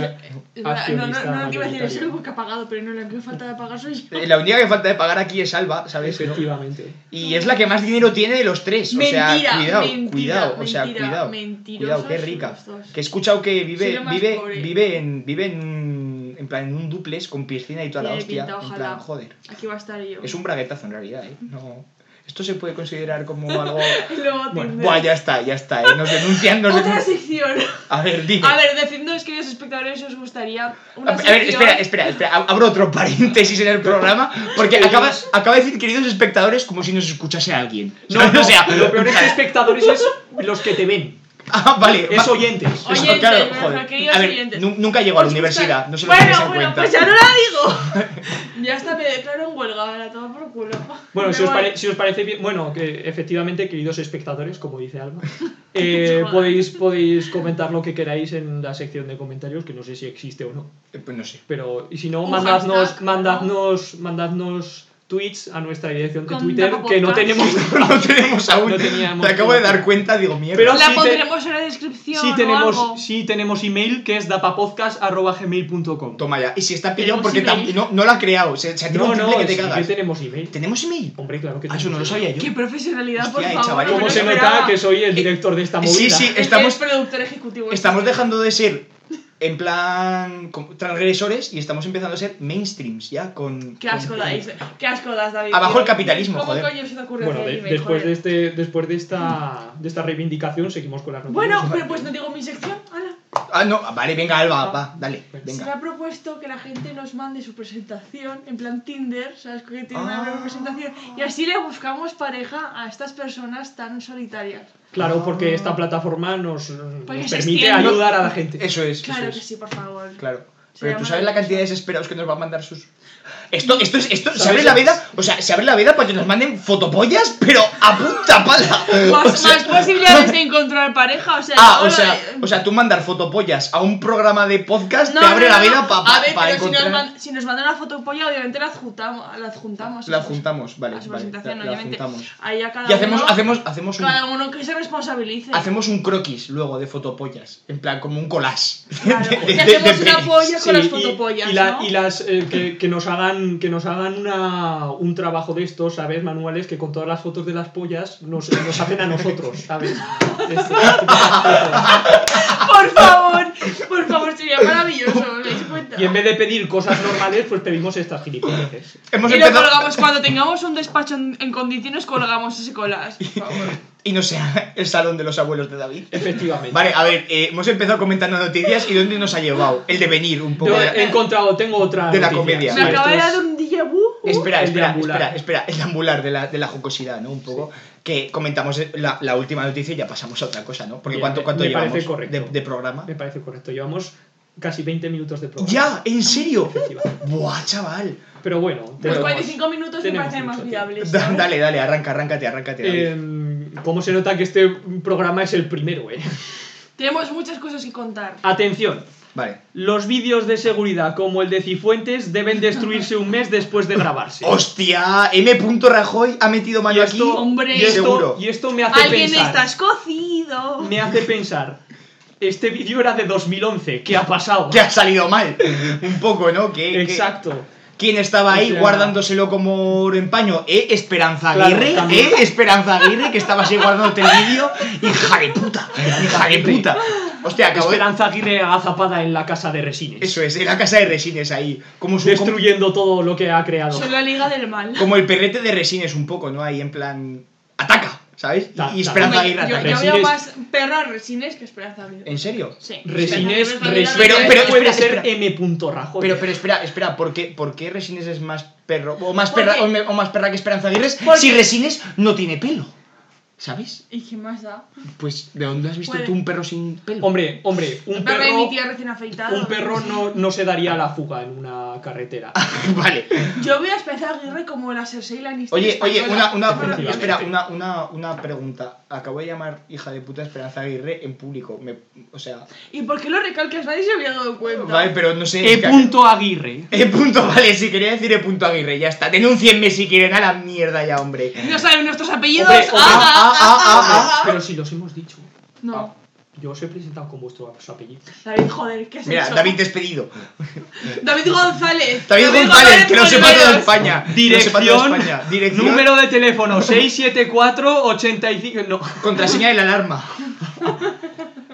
Speaker 4: verdad, No, no, no,
Speaker 2: accionista
Speaker 4: no, que iba a decir eso
Speaker 2: mayoritario.
Speaker 4: lo porque ha pagado, pero no, la que falta de pagar soy yo.
Speaker 1: Eh, La única que falta de pagar aquí es Alba, ¿sabes? ¿No?
Speaker 2: Efectivamente.
Speaker 1: Y es la que más dinero tiene de los tres. O sea,
Speaker 4: Mentira,
Speaker 1: cuidado,
Speaker 4: mentira,
Speaker 1: cuidado, o sea,
Speaker 4: mentira,
Speaker 1: cuidado.
Speaker 4: mentirosos
Speaker 1: Cuidado, qué rica.
Speaker 4: los dos.
Speaker 1: Que he escuchado que
Speaker 4: Soy
Speaker 1: vive,
Speaker 4: lo más
Speaker 1: vive,
Speaker 4: pobre.
Speaker 1: vive en, vive en, en plan en un duplex con piscina y toda la
Speaker 4: Tiene
Speaker 1: hostia.
Speaker 4: pinta,
Speaker 1: en
Speaker 4: ojalá.
Speaker 1: plan, joder.
Speaker 4: Aquí va a estar yo.
Speaker 1: Es un braguetazo en realidad, ¿eh? No. Esto se puede considerar como algo.
Speaker 4: Luego
Speaker 2: Bueno,
Speaker 4: Tinder.
Speaker 1: Buah, ya está, ya está, ¿eh? Nos denuncian, nos
Speaker 4: Otra
Speaker 1: denuncian.
Speaker 4: sección.
Speaker 1: A ver, dime.
Speaker 4: A ver, decidnos, queridos espectadores, si os gustaría una
Speaker 1: A- a
Speaker 4: sección.
Speaker 1: ver, espera, este espera, espera, ab- abro otro paréntesis en el programa porque acabas, acaba de decir queridos espectadores como si nos escuchase alguien.
Speaker 2: No,
Speaker 1: ¿Sabes?
Speaker 2: no,
Speaker 1: o sea,
Speaker 2: lo peor es que espectadores es los que te ven.
Speaker 1: Ah, vale.
Speaker 2: Es
Speaker 1: va-
Speaker 2: oyentes.
Speaker 1: Eso,
Speaker 4: Oyentes,
Speaker 1: claro,
Speaker 4: bueno,
Speaker 1: joder.
Speaker 4: queridos
Speaker 1: A ver,
Speaker 4: oyentes.
Speaker 1: nu- nunca llego a la universidad, no se lo
Speaker 4: bueno,
Speaker 1: tengáis en
Speaker 4: bueno,
Speaker 1: cuenta.
Speaker 4: pues ya no la digo. ya está, me declaro en huelga, me la tomo por culo.
Speaker 2: Bueno,
Speaker 4: Me
Speaker 2: si os,
Speaker 4: voy.
Speaker 2: pare- si os parece bien, bueno, que efectivamente, queridos espectadores, como dice Alba, eh,
Speaker 4: Joder.
Speaker 2: podéis, podéis comentar lo que queráis en la sección de comentarios, que no sé si existe o no.
Speaker 1: Eh, Pues no sé.
Speaker 2: Pero, y si no,
Speaker 4: Un
Speaker 2: mandadnos,
Speaker 4: hashtag,
Speaker 2: mandadnos, mandadnos tweets a nuestra dirección de
Speaker 4: Con
Speaker 2: Twitter,
Speaker 4: Tapa
Speaker 2: que no
Speaker 4: Podcast.
Speaker 2: tenemos.
Speaker 1: Pues no tenemos aún.
Speaker 2: No teníamos
Speaker 1: Te acabo de dar
Speaker 2: tiempo.
Speaker 1: cuenta, digo mierda.
Speaker 2: Pero
Speaker 4: La
Speaker 2: sí te-
Speaker 4: pondremos en la descripción.
Speaker 2: Sí
Speaker 4: o algo.
Speaker 2: tenemos, sí tenemos email, que es dapapodcast.gmail.com.
Speaker 1: Toma ya. Y si está pillado,
Speaker 4: Tenemos
Speaker 1: porque tam-
Speaker 4: email.
Speaker 1: no, no la ha creado. Se, se ha tirado
Speaker 2: No,
Speaker 1: un
Speaker 2: no,
Speaker 1: triple que te
Speaker 2: sí que
Speaker 1: cagas.
Speaker 2: tenemos email.
Speaker 1: ¿Tenemos email?
Speaker 2: Hombre, claro que
Speaker 1: Ah, eso
Speaker 2: tenemos pues
Speaker 1: no lo
Speaker 2: email.
Speaker 1: sabía yo.
Speaker 4: Qué profesionalidad,
Speaker 1: Hostia, eh,
Speaker 4: por favor.
Speaker 1: chaval,
Speaker 4: no me
Speaker 2: ¿Cómo
Speaker 4: lo
Speaker 2: se nota
Speaker 4: esperaba.
Speaker 2: que soy el director de esta movida?
Speaker 1: Sí, sí,
Speaker 4: Es que
Speaker 1: estamos,
Speaker 4: es productor ejecutivo.
Speaker 1: estamos dejando de ser en plan como transgresores y estamos empezando a ser mainstreams ya con.
Speaker 4: Qué asco
Speaker 1: con-
Speaker 4: dais, qué asco das, David.
Speaker 1: Abajo
Speaker 4: tío.
Speaker 1: el capitalismo,
Speaker 4: ¿Cómo
Speaker 1: joder.
Speaker 4: coño se te ocurre
Speaker 2: Bueno,
Speaker 4: hacer
Speaker 2: de-
Speaker 4: anime,
Speaker 2: después,
Speaker 4: joder?
Speaker 2: de este, después de, esta, de esta reivindicación seguimos con las noticias.
Speaker 4: Bueno, pero pues no digo mi sección. Ala.
Speaker 1: Ah, no, vale, venga, Alba, va, dale,
Speaker 4: Se
Speaker 1: venga.
Speaker 4: me ha propuesto que la gente nos mande su presentación en plan Tinder, ¿sabes? Que tiene una breve
Speaker 1: Ah.
Speaker 4: presentación. Y así le buscamos pareja a estas personas tan solitarias.
Speaker 2: Claro, porque esta plataforma nos, nos
Speaker 4: Porque se
Speaker 2: permite
Speaker 4: extiende.
Speaker 2: ayudar a la gente.
Speaker 1: Eso es.
Speaker 4: Claro
Speaker 1: eso
Speaker 4: que
Speaker 1: es.
Speaker 4: sí, por favor.
Speaker 1: Claro.
Speaker 4: Sería
Speaker 1: Pero tú sabes la
Speaker 4: maravilloso.
Speaker 1: cantidad de desesperados que nos va a mandar sus. Esto, esto es, esto, se
Speaker 2: ¿Sabes
Speaker 1: abre
Speaker 2: la-
Speaker 1: la veda, o sea, se abre la veda para que nos manden fotopollas, pero a punta pala.
Speaker 4: Más,
Speaker 1: O sea-
Speaker 4: más posibilidades de encontrar pareja, o sea,
Speaker 1: Ah,
Speaker 4: no,
Speaker 1: o sea,
Speaker 4: no,
Speaker 1: o sea, tú mandar fotopollas a un programa de podcast
Speaker 4: no,
Speaker 1: te abre
Speaker 4: no,
Speaker 1: la
Speaker 4: no.
Speaker 1: veda para
Speaker 4: A ver, pero
Speaker 1: encontrar.
Speaker 4: si, nos man- si nos mandan una foto polla, obviamente la adjuntamos. La adjuntamos.
Speaker 1: La juntamos, vale,
Speaker 4: a su
Speaker 1: vale.
Speaker 4: presentación,
Speaker 1: La, la
Speaker 4: obviamente.
Speaker 1: juntamos.
Speaker 4: Ahí a cada
Speaker 1: Y hacemos,
Speaker 4: uno,
Speaker 1: hacemos, hacemos un.
Speaker 4: cada uno que se responsabilice.
Speaker 1: Hacemos un croquis luego de fotopollas, en plan como un collage.
Speaker 4: Claro.
Speaker 1: de-
Speaker 4: Y
Speaker 1: de-
Speaker 4: hacemos
Speaker 1: de
Speaker 4: una
Speaker 1: pelis.
Speaker 4: polla
Speaker 2: Sí,
Speaker 4: con las
Speaker 2: y-
Speaker 4: fotopollas,
Speaker 2: y, la-
Speaker 4: ¿no?
Speaker 2: y las eh, que, que nos hagan que nos hagan una, un trabajo de estos, ¿sabes? Manuales que con todas las fotos de las pollas nos, nos hacen a nosotros, ¿sabes? Este-
Speaker 4: Por favor, por favor, sería maravilloso, ¿os dais cuenta?
Speaker 2: y en vez de pedir cosas normales, pues pedimos estas gilipolleces.
Speaker 1: Hemos
Speaker 4: Y lo
Speaker 1: empezado-
Speaker 4: colgamos, cuando tengamos un despacho en, en condiciones, colgamos ese colas, por favor.
Speaker 1: Y no sea el salón de los abuelos de David.
Speaker 2: Efectivamente.
Speaker 1: Vale, a ver, eh, hemos empezado comentando noticias y dónde nos ha llevado. El devenir, un poco.
Speaker 2: Yo eh,
Speaker 1: de-
Speaker 2: he encontrado, tengo otra.
Speaker 1: De la
Speaker 2: noticia.
Speaker 1: comedia.
Speaker 4: Me
Speaker 1: Sí,
Speaker 4: acaba de
Speaker 2: esto es-
Speaker 4: dar un déjà vu. uh.
Speaker 1: Espera,
Speaker 2: el
Speaker 1: espera,
Speaker 2: deambular.
Speaker 1: espera, espera, el ambular de la, de la jocosidad, ¿no? Un poco. Que comentamos eh, la, la última noticia y ya pasamos a otra cosa, ¿no? Porque
Speaker 2: Bien,
Speaker 1: ¿cuánto,
Speaker 2: me-
Speaker 1: cuánto
Speaker 2: me
Speaker 1: llevamos
Speaker 2: parece correcto.
Speaker 1: de, de programa?
Speaker 2: Me parece correcto. Llevamos casi 20 minutos de programa.
Speaker 1: ¡Ya! ¿En serio?
Speaker 2: Efectivamente.
Speaker 1: ¡Buah, chaval!
Speaker 2: Pero bueno,
Speaker 4: Los
Speaker 2: tenemos-
Speaker 4: 45 minutos me
Speaker 2: tenemos
Speaker 4: parecen
Speaker 2: mucho
Speaker 4: más
Speaker 2: tiempo.
Speaker 4: viables.
Speaker 1: Da-
Speaker 4: ¿sabes?
Speaker 1: dale, dale, arranca, arráncate, arráncate. David.
Speaker 2: Eh, ¿Cómo se nota que este programa es el primero, eh?
Speaker 4: Tenemos muchas cosas que contar.
Speaker 2: Atención.
Speaker 1: Vale.
Speaker 2: Los vídeos de seguridad como el de Cifuentes deben destruirse un mes después de grabarse.
Speaker 1: ¡Hostia! M. Rajoy ha metido
Speaker 2: y
Speaker 1: mano aquí.
Speaker 2: esto,
Speaker 4: hombre.
Speaker 2: y esto-
Speaker 1: Seguro.
Speaker 2: y esto me hace
Speaker 4: Alguien
Speaker 2: pensar.
Speaker 4: estás cocido.
Speaker 2: Me hace pensar. Este vídeo era de 2011. ¿Qué ha pasado?
Speaker 1: Que ha salido mal. Un poco, ¿no? Que, que-
Speaker 2: Exacto.
Speaker 1: ¿Quién estaba
Speaker 2: O
Speaker 1: ahí
Speaker 2: sea-
Speaker 1: guardándoselo como oro en paño? ¿Eh? Esperanza
Speaker 2: Claro,
Speaker 1: Aguirre,
Speaker 2: también.
Speaker 1: ¿eh? Esperanza Aguirre, que estabas ahí guardándote el vídeo. ¡Hija de puta! ¡Hija de puta! Hostia, acabo de-
Speaker 2: Esperanza Aguirre agazapada en la casa de Resines.
Speaker 1: Eso es, en la casa de Resines ahí. Como, su, como,
Speaker 2: destruyendo todo lo que ha creado.
Speaker 4: Son la liga del mal.
Speaker 1: como el perrete de Resines un poco, ¿no? Ahí en plan... ¡Ataca! ¿Sabes? Y-
Speaker 2: Ta-
Speaker 1: Y,
Speaker 2: ta-
Speaker 1: Esperanza
Speaker 4: Hombre,
Speaker 1: Aguirre
Speaker 4: yo,
Speaker 1: ataca.
Speaker 4: yo veo
Speaker 2: Resines-
Speaker 4: más perra resines que esperanza Aguirre.
Speaker 1: ¿En serio?
Speaker 4: Sí.
Speaker 2: Resines,
Speaker 3: Resines,
Speaker 2: Resines
Speaker 1: pero- pero-
Speaker 2: puede
Speaker 1: espera,
Speaker 2: ser
Speaker 1: espera.
Speaker 2: M. Rajoy.
Speaker 1: Pero, pero espera, espera, ¿por qué, por qué Resines es más perro o más
Speaker 4: Porque-
Speaker 1: perra, o, me- o más perra que Esperanza Aguirre?
Speaker 4: Porque-
Speaker 1: Si Resines no tiene pelo, ¿sabes?
Speaker 4: ¿Y qué más da?
Speaker 1: Pues, ¿de dónde has visto
Speaker 4: Puede.
Speaker 1: tú un perro sin pelo?
Speaker 2: Hombre, hombre, un
Speaker 4: El perro de mi
Speaker 2: perro,
Speaker 4: tía recién afeitado.
Speaker 2: un perro no, no se daría a la fuga en una carretera.
Speaker 1: Ah, vale.
Speaker 4: Yo veo a Esperanza Aguirre como la Cersei Lannister.
Speaker 1: Oye, oye,
Speaker 4: española.
Speaker 1: una, una, una-
Speaker 2: Efectivamente.
Speaker 1: espera, una, una, una pregunta. Acabo de llamar hija de puta a Esperanza Aguirre en público. Me- o sea,
Speaker 4: ¿Y por qué lo recalcas? Nadie se había dado cuenta.
Speaker 1: vale, pero no sé.
Speaker 2: E.
Speaker 1: es que-
Speaker 2: Aguirre.
Speaker 1: E punto, vale, si quería decir E punto Aguirre, ya está. Denúncienme si quieren a la mierda ya, hombre.
Speaker 4: No saben nuestros apellidos.
Speaker 2: Hombre, hombre,
Speaker 4: Ah, ah, ah, ah, ah.
Speaker 2: Pero si los hemos dicho.
Speaker 1: Ah.
Speaker 2: Ah,
Speaker 4: No.
Speaker 2: Yo os he presentado con vuestros apellidos.
Speaker 4: David, joder, ¿qué es
Speaker 1: Mira,
Speaker 4: eso?
Speaker 1: David despedido.
Speaker 4: David González.
Speaker 1: David González, que lo sepa toda
Speaker 4: Oliveros.
Speaker 1: España. Que lo sepa toda España. Dirección.
Speaker 2: número de teléfono 674-85... No.
Speaker 1: Contraseña de la alarma.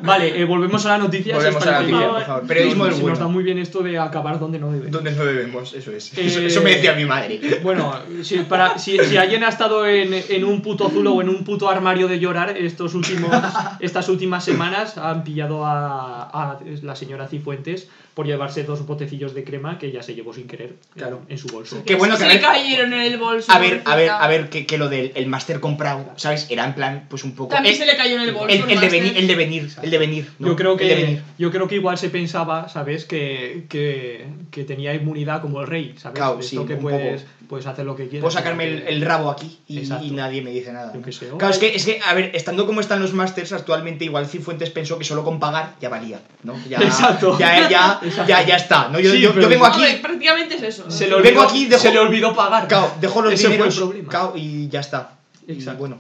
Speaker 2: Vale, eh, volvemos a la noticia. si os
Speaker 1: Volvemos a la
Speaker 2: parece
Speaker 1: noticia,
Speaker 2: bien.
Speaker 1: por favor. Periodismo
Speaker 2: Nos-
Speaker 1: del
Speaker 2: se nos da
Speaker 1: bueno.
Speaker 2: muy bien esto de acabar donde no debe.
Speaker 1: Donde no bebemos, eso es.
Speaker 2: Eh,
Speaker 1: Eso, eso me decía mi madre.
Speaker 2: Bueno, si, para, si, si alguien ha estado en, en un puto zulo o en un puto armario de llorar estos últimos, estas últimas semanas, han pillado a, a la señora Cifuentes por llevarse dos botecillos de crema que ya se llevó sin querer en-
Speaker 1: Claro.
Speaker 2: en su bolso.
Speaker 1: Qué bueno que
Speaker 4: se
Speaker 1: a
Speaker 4: le
Speaker 1: ver-
Speaker 4: cayeron en el bolso.
Speaker 1: A ver, a ver,
Speaker 4: pobrecita.
Speaker 1: a ver, que, que lo del el máster comprado, ¿sabes? Era en plan, pues un poco.
Speaker 4: También
Speaker 1: el,
Speaker 4: se le cayó en el bolso.
Speaker 1: el, el de
Speaker 4: Master.
Speaker 1: venir, el de venir, el de venir, ¿no?
Speaker 2: Yo creo,
Speaker 1: El de
Speaker 2: que,
Speaker 1: venir.
Speaker 2: yo creo que igual se pensaba, ¿sabes? Que, que, que tenía inmunidad como el rey, ¿sabes?
Speaker 1: Claro,
Speaker 2: De
Speaker 1: sí,
Speaker 2: esto que
Speaker 1: un
Speaker 2: puedes, puedes hacer lo que quieras.
Speaker 1: Puedo sacarme el, el rabo aquí y,
Speaker 2: Exacto.
Speaker 1: y nadie me dice nada.
Speaker 2: Yo
Speaker 1: ¿no?
Speaker 2: qué sé,
Speaker 1: Claro, es
Speaker 2: oye.
Speaker 1: que, es que, a ver, estando como están los másters actualmente, igual Cifuentes pensó que solo con pagar ya valía, ¿no? Ya,
Speaker 2: Exacto.
Speaker 1: Ya, ya, ya, ya está, ¿no? Yo,
Speaker 2: Sí,
Speaker 1: yo- yo
Speaker 2: pero-
Speaker 1: vengo aquí,
Speaker 4: Hombre, prácticamente es eso.
Speaker 2: Se le
Speaker 1: lo-
Speaker 2: olvidó,
Speaker 1: Vengo aquí y dejo-
Speaker 2: se le olvidó pagar.
Speaker 1: cao, dejo los
Speaker 2: Ese fue el
Speaker 1: dineros
Speaker 2: problema.
Speaker 1: cao, y ya está. Y
Speaker 2: Exacto.
Speaker 1: bueno,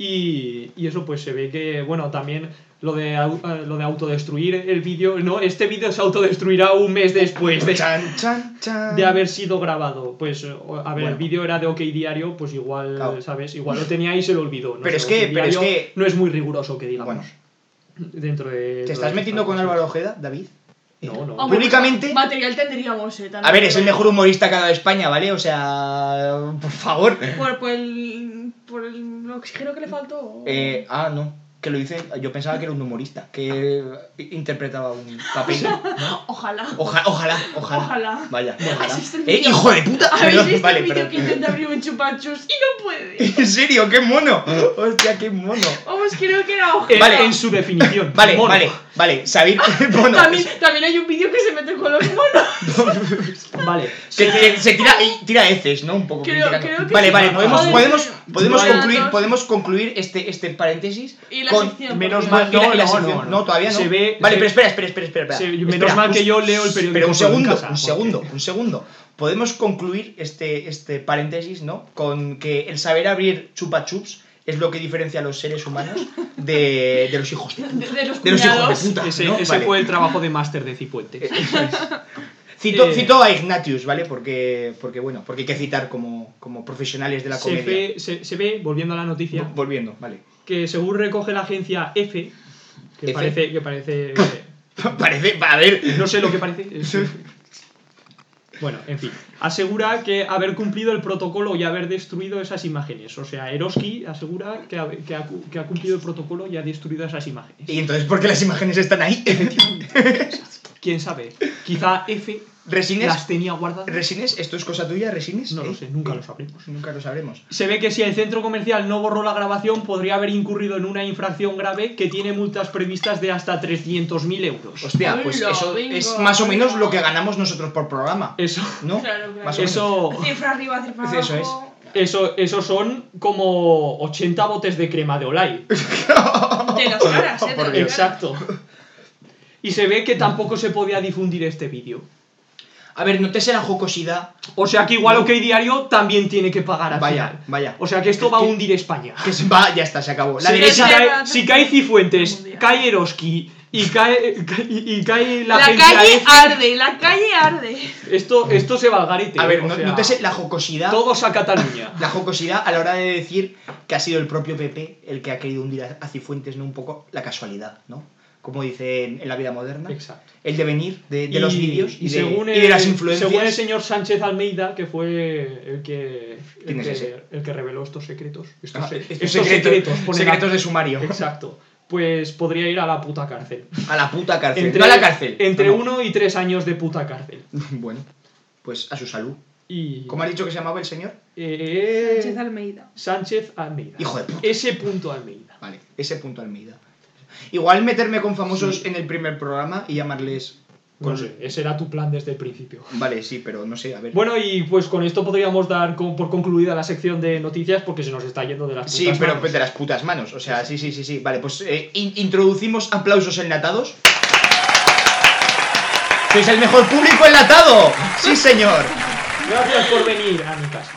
Speaker 2: Y, y eso pues se ve que, bueno, también lo de, au- eh, lo de autodestruir el vídeo, no, este vídeo se autodestruirá un mes después de,
Speaker 1: chan, chan, chan.
Speaker 2: de haber sido grabado. Pues, o- a ver, el
Speaker 1: Ah. Bueno.
Speaker 2: vídeo era de OK Diario, pues igual,
Speaker 1: Claro.
Speaker 2: ¿sabes? Igual lo tenía y se lo olvidó. No
Speaker 1: Pero
Speaker 2: sé,
Speaker 1: es que-
Speaker 2: OK
Speaker 1: pero es
Speaker 2: Diario
Speaker 1: que-
Speaker 2: No es muy riguroso, que digamos.
Speaker 1: Bueno,
Speaker 2: dentro de...
Speaker 1: ¿te estás metiendo con Álvaro Ojeda, David?
Speaker 2: No, no.
Speaker 4: Hombre,
Speaker 1: Públicamente-
Speaker 4: Material tendríamos, eh. También
Speaker 1: A ver, es el mejor humorista que ha dado España, ¿vale? O sea, por favor.
Speaker 4: Por, por el. Por el oxígeno que le faltó.
Speaker 1: Eh, ah, no, que lo dice. Yo pensaba que era un humorista, que interpretaba un papel. ¿no?
Speaker 4: Ojalá.
Speaker 1: Oja- ojalá, ojalá.
Speaker 4: Ojalá.
Speaker 1: Vaya,
Speaker 4: ¿Has
Speaker 1: ojalá.
Speaker 4: visto el
Speaker 1: Eh,
Speaker 4: este vídeo?
Speaker 1: hijo de puta.
Speaker 4: ¿Habéis
Speaker 1: Perdón,
Speaker 4: visto
Speaker 1: vale,
Speaker 4: el este vídeo
Speaker 1: perdón.
Speaker 4: que intenta abrir un chupachus y no puede?
Speaker 1: En serio, qué mono. Hostia, qué mono.
Speaker 4: Vamos, creo que era
Speaker 2: Eh,
Speaker 4: ojalá.
Speaker 1: Vale.
Speaker 2: en su definición.
Speaker 1: Vale,
Speaker 2: mono.
Speaker 1: vale, vale. Sabir, mono.
Speaker 4: También, también hay un vídeo que se mete con los monos.
Speaker 2: Vale.
Speaker 1: Que, que se tira, y tira heces, ¿no? Un poco.
Speaker 4: Creo-
Speaker 1: criticando.
Speaker 4: creo que
Speaker 1: vale,
Speaker 4: sí.
Speaker 1: vale, podemos,
Speaker 4: Joder,
Speaker 1: podemos,
Speaker 4: tío.
Speaker 1: podemos,
Speaker 4: Vale.
Speaker 1: concluir, podemos concluir este, este paréntesis.
Speaker 4: Y la sección,
Speaker 2: menos
Speaker 4: porque-
Speaker 2: mal-
Speaker 1: y la-
Speaker 2: no,
Speaker 1: y la
Speaker 2: no,
Speaker 1: sección.
Speaker 2: no, no.
Speaker 1: todavía no.
Speaker 2: Se ve-
Speaker 1: vale,
Speaker 2: se-
Speaker 1: pero espera, espera, espera. espera,
Speaker 2: se-
Speaker 1: espera.
Speaker 2: menos mal que yo leo el
Speaker 1: Ss,
Speaker 2: periódico
Speaker 1: Pero un
Speaker 2: solo en
Speaker 1: segundo,
Speaker 2: casa,
Speaker 1: un
Speaker 2: porque-
Speaker 1: segundo, un segundo. Podemos concluir este, este paréntesis, ¿no? Con que el saber abrir chupa chups es lo que diferencia a los seres humanos de, de los hijos de puta.
Speaker 4: De, de los
Speaker 1: De los hijos
Speaker 4: cuñados.
Speaker 1: de puta.
Speaker 2: Ese,
Speaker 1: ¿no?
Speaker 2: ese
Speaker 1: Vale.
Speaker 2: fue el trabajo de máster de Cipuentes.
Speaker 1: Eh, Cito,
Speaker 2: Eh,
Speaker 1: cito a Ignatius, ¿vale? Porque, porque, bueno, porque hay que citar como, como profesionales de la
Speaker 2: se,
Speaker 1: comedia.
Speaker 2: ve, se, se ve, volviendo a la noticia,
Speaker 1: Vo- Volviendo, vale.
Speaker 2: que según recoge la agencia F, que
Speaker 1: F.
Speaker 2: parece, que parece,
Speaker 1: Parece, a ver.
Speaker 2: no sé lo que parece. es- Bueno, en fin, asegura que haber cumplido el protocolo y haber destruido esas imágenes. O sea, Eroski asegura que ha, que ha cu- que ha cumplido el protocolo y ha destruido esas imágenes.
Speaker 1: Y entonces, ¿por qué las imágenes están ahí?
Speaker 2: ¿Quién sabe? Quizá F las
Speaker 1: Resines,
Speaker 2: tenía guardadas.
Speaker 1: Resines, ¿esto es cosa tuya, Resines?
Speaker 2: No lo
Speaker 1: Eh,
Speaker 2: sé, nunca
Speaker 1: eh,
Speaker 2: lo sabremos.
Speaker 1: Nunca lo sabremos.
Speaker 2: Se ve que si el centro comercial no borró la grabación, podría haber incurrido en una infracción grave que tiene multas previstas de hasta 300.000 euros.
Speaker 1: Hostia, pues
Speaker 4: Hola,
Speaker 1: eso
Speaker 4: venga,
Speaker 1: es más o menos
Speaker 4: venga.
Speaker 1: lo que ganamos nosotros por programa,
Speaker 2: Eso,
Speaker 1: ¿no?
Speaker 4: Claro, claro.
Speaker 1: Más o menos.
Speaker 2: eso,
Speaker 4: Cifra arriba, cifra abajo.
Speaker 1: Eso
Speaker 2: eso, eso son como 80 botes de crema de Olay.
Speaker 4: De las caras, eh. de
Speaker 1: Oh, Por Dios.
Speaker 4: las caras.
Speaker 2: Exacto. Y se ve que tampoco se podía difundir este vídeo.
Speaker 1: A ver, no te será jocosidad.
Speaker 2: O sea que igual OK Diario también tiene que pagar al
Speaker 1: Vaya,
Speaker 2: final.
Speaker 1: vaya.
Speaker 2: O sea que esto va a
Speaker 1: Que-
Speaker 2: hundir España.
Speaker 1: Que se va, ya está, se acabó. La
Speaker 2: Si-
Speaker 1: derecha.
Speaker 2: Si
Speaker 4: sí,
Speaker 2: cae,
Speaker 4: sí.
Speaker 2: si cae Cifuentes,
Speaker 4: Mundial.
Speaker 2: cae Eroski y cae, ca- y y cae la,
Speaker 4: La,
Speaker 2: agencia
Speaker 4: calle
Speaker 2: F,
Speaker 4: arde, la calle arde.
Speaker 2: esto, esto se va al garete.
Speaker 1: A ver,
Speaker 2: o
Speaker 1: no,
Speaker 2: sea,
Speaker 1: no te sé, la jocosidad.
Speaker 2: Todos a Cataluña.
Speaker 1: La jocosidad a la hora de decir que ha sido el propio PP el que ha querido hundir a a Cifuentes, ¿no? Un poco la casualidad, ¿no? como dicen en la vida moderna.
Speaker 2: Exacto.
Speaker 1: El devenir de, de los
Speaker 2: Y-
Speaker 1: vídeos y, de,
Speaker 2: y según
Speaker 1: y de las
Speaker 2: el-
Speaker 1: influencias.
Speaker 2: Según el señor Sánchez Almeida, que fue el que, el
Speaker 1: ¿Quién es
Speaker 2: que,
Speaker 1: ese?
Speaker 2: el que reveló estos secretos. Estos,
Speaker 1: Ah,
Speaker 2: se-
Speaker 1: estos
Speaker 2: estos
Speaker 1: secretos,
Speaker 2: secretos. ponen
Speaker 1: secretos
Speaker 2: aquí.
Speaker 1: de sumario.
Speaker 2: Exacto. Pues podría ir a la puta cárcel.
Speaker 1: A la puta cárcel. no a la cárcel.
Speaker 2: Entre
Speaker 1: No, no.
Speaker 2: uno y tres años de puta cárcel.
Speaker 1: Bueno, pues a su salud.
Speaker 2: Y.
Speaker 1: ¿Cómo ha dicho que se llamaba el señor?
Speaker 2: eh,
Speaker 4: Sánchez Almeida.
Speaker 2: Sánchez Almeida.
Speaker 1: Hijo de puta.
Speaker 2: Ese punto Almeida.
Speaker 1: Vale, ese punto Almeida. Igual meterme con famosos
Speaker 2: Sí.
Speaker 1: en el primer programa y llamarles.
Speaker 2: No sé, Pues ese era tu plan desde el principio.
Speaker 1: Vale, sí, pero no sé, a ver.
Speaker 2: Bueno, y pues con esto podríamos dar con- por concluida la sección de noticias porque se nos está yendo de las
Speaker 1: Sí,
Speaker 2: putas
Speaker 1: pero
Speaker 2: manos.
Speaker 1: de las putas manos. O sea, sí, sí, sí, sí. Vale, pues eh, in- introducimos aplausos enlatados. ¡Sois el mejor público enlatado! ¡Sí, señor!
Speaker 2: Gracias por venir a mi casa.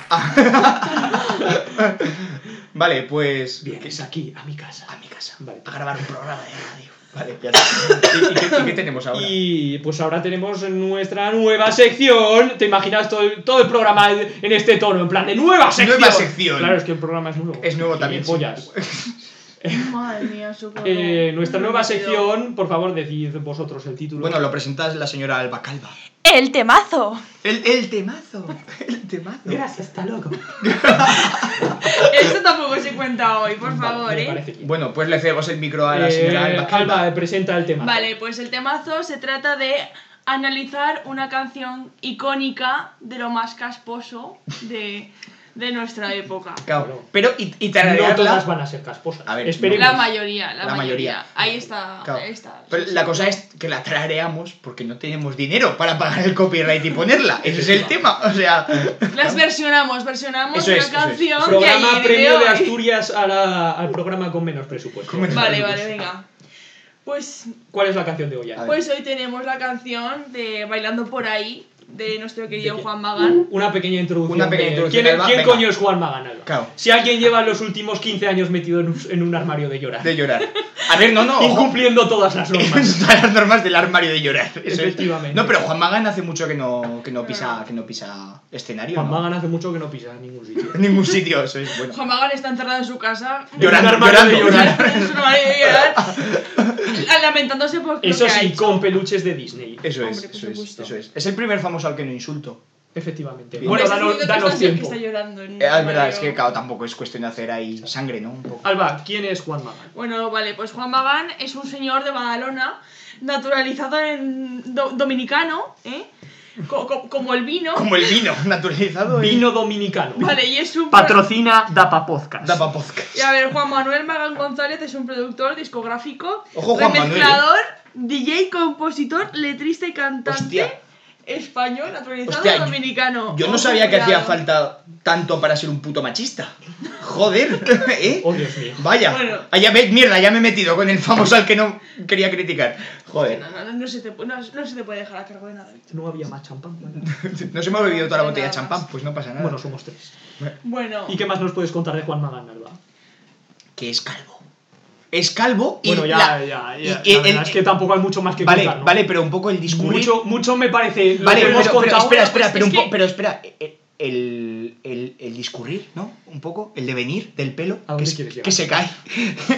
Speaker 1: Vale, pues.
Speaker 2: Vienes aquí, a mi casa. Ah.
Speaker 1: A mi casa.
Speaker 2: Vale.
Speaker 1: A grabar un programa de radio. Vale, ya está. ¿Y, y qué, y qué tenemos ahora?
Speaker 2: Y pues ahora tenemos nuestra nueva sección. ¿Te imaginas todo el, todo el programa en este tono? En plan de nueva sección.
Speaker 1: Nueva sección.
Speaker 2: Claro, es que el programa es nuevo.
Speaker 1: Es nuevo también, sí.
Speaker 2: Gilipollas.
Speaker 3: Madre mía, socorro.
Speaker 2: Eh, nuestra nueva
Speaker 3: Me quedo-
Speaker 2: sección, por favor, decid vosotros el título.
Speaker 1: Bueno, lo presentas la señora Alba Calva.
Speaker 4: El temazo.
Speaker 1: El, el temazo. El temazo.
Speaker 2: Gracias, hasta luego.
Speaker 4: Esto tampoco se cuenta hoy, por favor,
Speaker 2: Vale, me
Speaker 4: ¿eh?
Speaker 2: parece bien.
Speaker 1: Bueno, pues le cedemos el micro a la señora
Speaker 2: Eh,
Speaker 1: Alba Calva.
Speaker 2: Alba, presenta el tema.
Speaker 4: Vale, pues el temazo se trata de analizar una canción icónica de lo más casposo de, de nuestra época.
Speaker 1: Claro, Pero, y, y tararearla-
Speaker 2: No todas van a ser casposas.
Speaker 1: A ver,
Speaker 2: Esperemos.
Speaker 4: La mayoría, la,
Speaker 1: La mayoría.
Speaker 4: mayoría. Ahí está,
Speaker 1: Claro.
Speaker 4: Ah, ahí está.
Speaker 1: Pero la cosa es que la trareamos porque no tenemos dinero para pagar el copyright y ponerla. Ese es el tema. O sea,
Speaker 4: Las versionamos, versionamos
Speaker 1: Eso
Speaker 4: una
Speaker 1: es, eso es.
Speaker 4: canción que
Speaker 2: Programa
Speaker 4: hay
Speaker 2: Premio
Speaker 4: video
Speaker 2: de
Speaker 4: y-
Speaker 2: Asturias a la- al programa con menos presupuesto.
Speaker 1: Con menos-
Speaker 4: Vale, vale, venga. Pues,
Speaker 2: ¿Cuál es la canción de hoy? Ana?
Speaker 1: A ver.
Speaker 4: pues hoy tenemos la canción de Bailando por ahí de nuestro querido
Speaker 2: quién?
Speaker 4: Juan Magán.
Speaker 2: Una pequeña introducción.
Speaker 1: Una pequeña
Speaker 2: de-
Speaker 1: introducción,
Speaker 2: ¿Quién,
Speaker 1: Alba,
Speaker 2: quién
Speaker 1: venga.
Speaker 2: coño es Juan Magán? Alba?
Speaker 1: Claro.
Speaker 2: Si alguien lleva los últimos 15 años metido en un, en un armario de llorar,
Speaker 1: de llorar. A ver, no, no. ojo.
Speaker 2: incumpliendo todas las normas.
Speaker 1: Todas las normas del armario de llorar. Eso es.
Speaker 2: Efectivamente.
Speaker 1: No, pero Juan Magán hace mucho que no, que no pisa, que no pisa escenario.
Speaker 2: Juan
Speaker 1: ¿no?
Speaker 2: Magán hace mucho que no pisa en ningún sitio.
Speaker 1: En ningún sitio, eso es bueno.
Speaker 4: Juan Magán está encerrado en su casa.
Speaker 1: Llorando,
Speaker 2: En un armario de
Speaker 1: llorando.
Speaker 2: llorar.
Speaker 4: en su armario de llorar, Lamentándose por lo que
Speaker 2: Eso
Speaker 4: ha
Speaker 2: sí,
Speaker 4: hecho.
Speaker 2: con peluches de Disney.
Speaker 1: Eso es,
Speaker 4: Hombre, por
Speaker 1: eso es,
Speaker 4: supuesto.
Speaker 1: eso es. Es el primer famoso al que no insulto.
Speaker 2: Efectivamente.
Speaker 1: Bien.
Speaker 2: Bueno,
Speaker 4: Me estás
Speaker 2: danos,
Speaker 4: diciendo que
Speaker 2: danos
Speaker 4: estás- que
Speaker 2: tiempo.
Speaker 4: está llorando en un
Speaker 1: Eh, es verdad,
Speaker 4: armario.
Speaker 1: es que claro, tampoco es cuestión de hacer ahí sangre, ¿no? Un poco.
Speaker 2: Alba, ¿quién es Juan Magán?
Speaker 4: Bueno, vale, pues Juan Magán es un señor de Badalona, naturalizado en do- dominicano, ¿eh? Co- co- como el vino.
Speaker 1: Como el vino, naturalizado. en-
Speaker 2: Vino dominicano.
Speaker 4: Vale, y es un...
Speaker 2: Patrocina Dapa Podcast.
Speaker 1: Dapa Podcast.
Speaker 4: Y a ver, Juan Manuel Magán González es un productor discográfico,
Speaker 1: Ojo, Juan
Speaker 4: remezclador, DJ, compositor, letrista y cantante
Speaker 1: Hostia.
Speaker 4: español, naturalizado
Speaker 1: Hostia, yo-
Speaker 4: dominicano.
Speaker 1: Yo no
Speaker 4: Ojo,
Speaker 1: sabía que hacía
Speaker 4: cuidado.
Speaker 1: falta tanto para ser un puto machista. Joder, ¿eh?
Speaker 2: Oh, Dios mío.
Speaker 1: Vaya,
Speaker 4: Bueno.
Speaker 1: allá ve, mierda, ya me he metido con el famoso al que no quería criticar. Joder,
Speaker 4: No, no, no, no se te, pu- no- no se te puede dejar a cargo de nada. Víctor.
Speaker 2: No había más champán. ¿vale?
Speaker 1: no se me ha bebido toda la
Speaker 4: No,
Speaker 1: botella de
Speaker 4: nada
Speaker 1: champán,
Speaker 4: más.
Speaker 1: pues no pasa nada.
Speaker 2: Bueno, somos tres.
Speaker 4: Bueno,
Speaker 2: ¿Y qué más nos puedes contar de Juan Magán, Alba?
Speaker 1: que es calvo. Es calvo y
Speaker 2: Bueno, ya,
Speaker 1: la-
Speaker 2: ya, ya.
Speaker 1: y-
Speaker 2: La
Speaker 1: y-
Speaker 2: verdad
Speaker 1: el-
Speaker 2: es que tampoco hay mucho más que
Speaker 1: vale,
Speaker 2: contar, ¿no?
Speaker 1: vale, pero un poco el discurrir...
Speaker 2: Mucho, mucho me parece. lo
Speaker 1: Vale,
Speaker 2: que
Speaker 1: pero,
Speaker 2: hemos
Speaker 1: pero
Speaker 2: contado-
Speaker 1: espera, espera, espera,
Speaker 4: pues es
Speaker 1: un po-
Speaker 4: que-
Speaker 1: pero espera. eh, El, el, el discurrir, ¿no? Un poco, el devenir del pelo.
Speaker 2: ¿A dónde
Speaker 1: que, se-
Speaker 2: quieres llegar?
Speaker 1: que se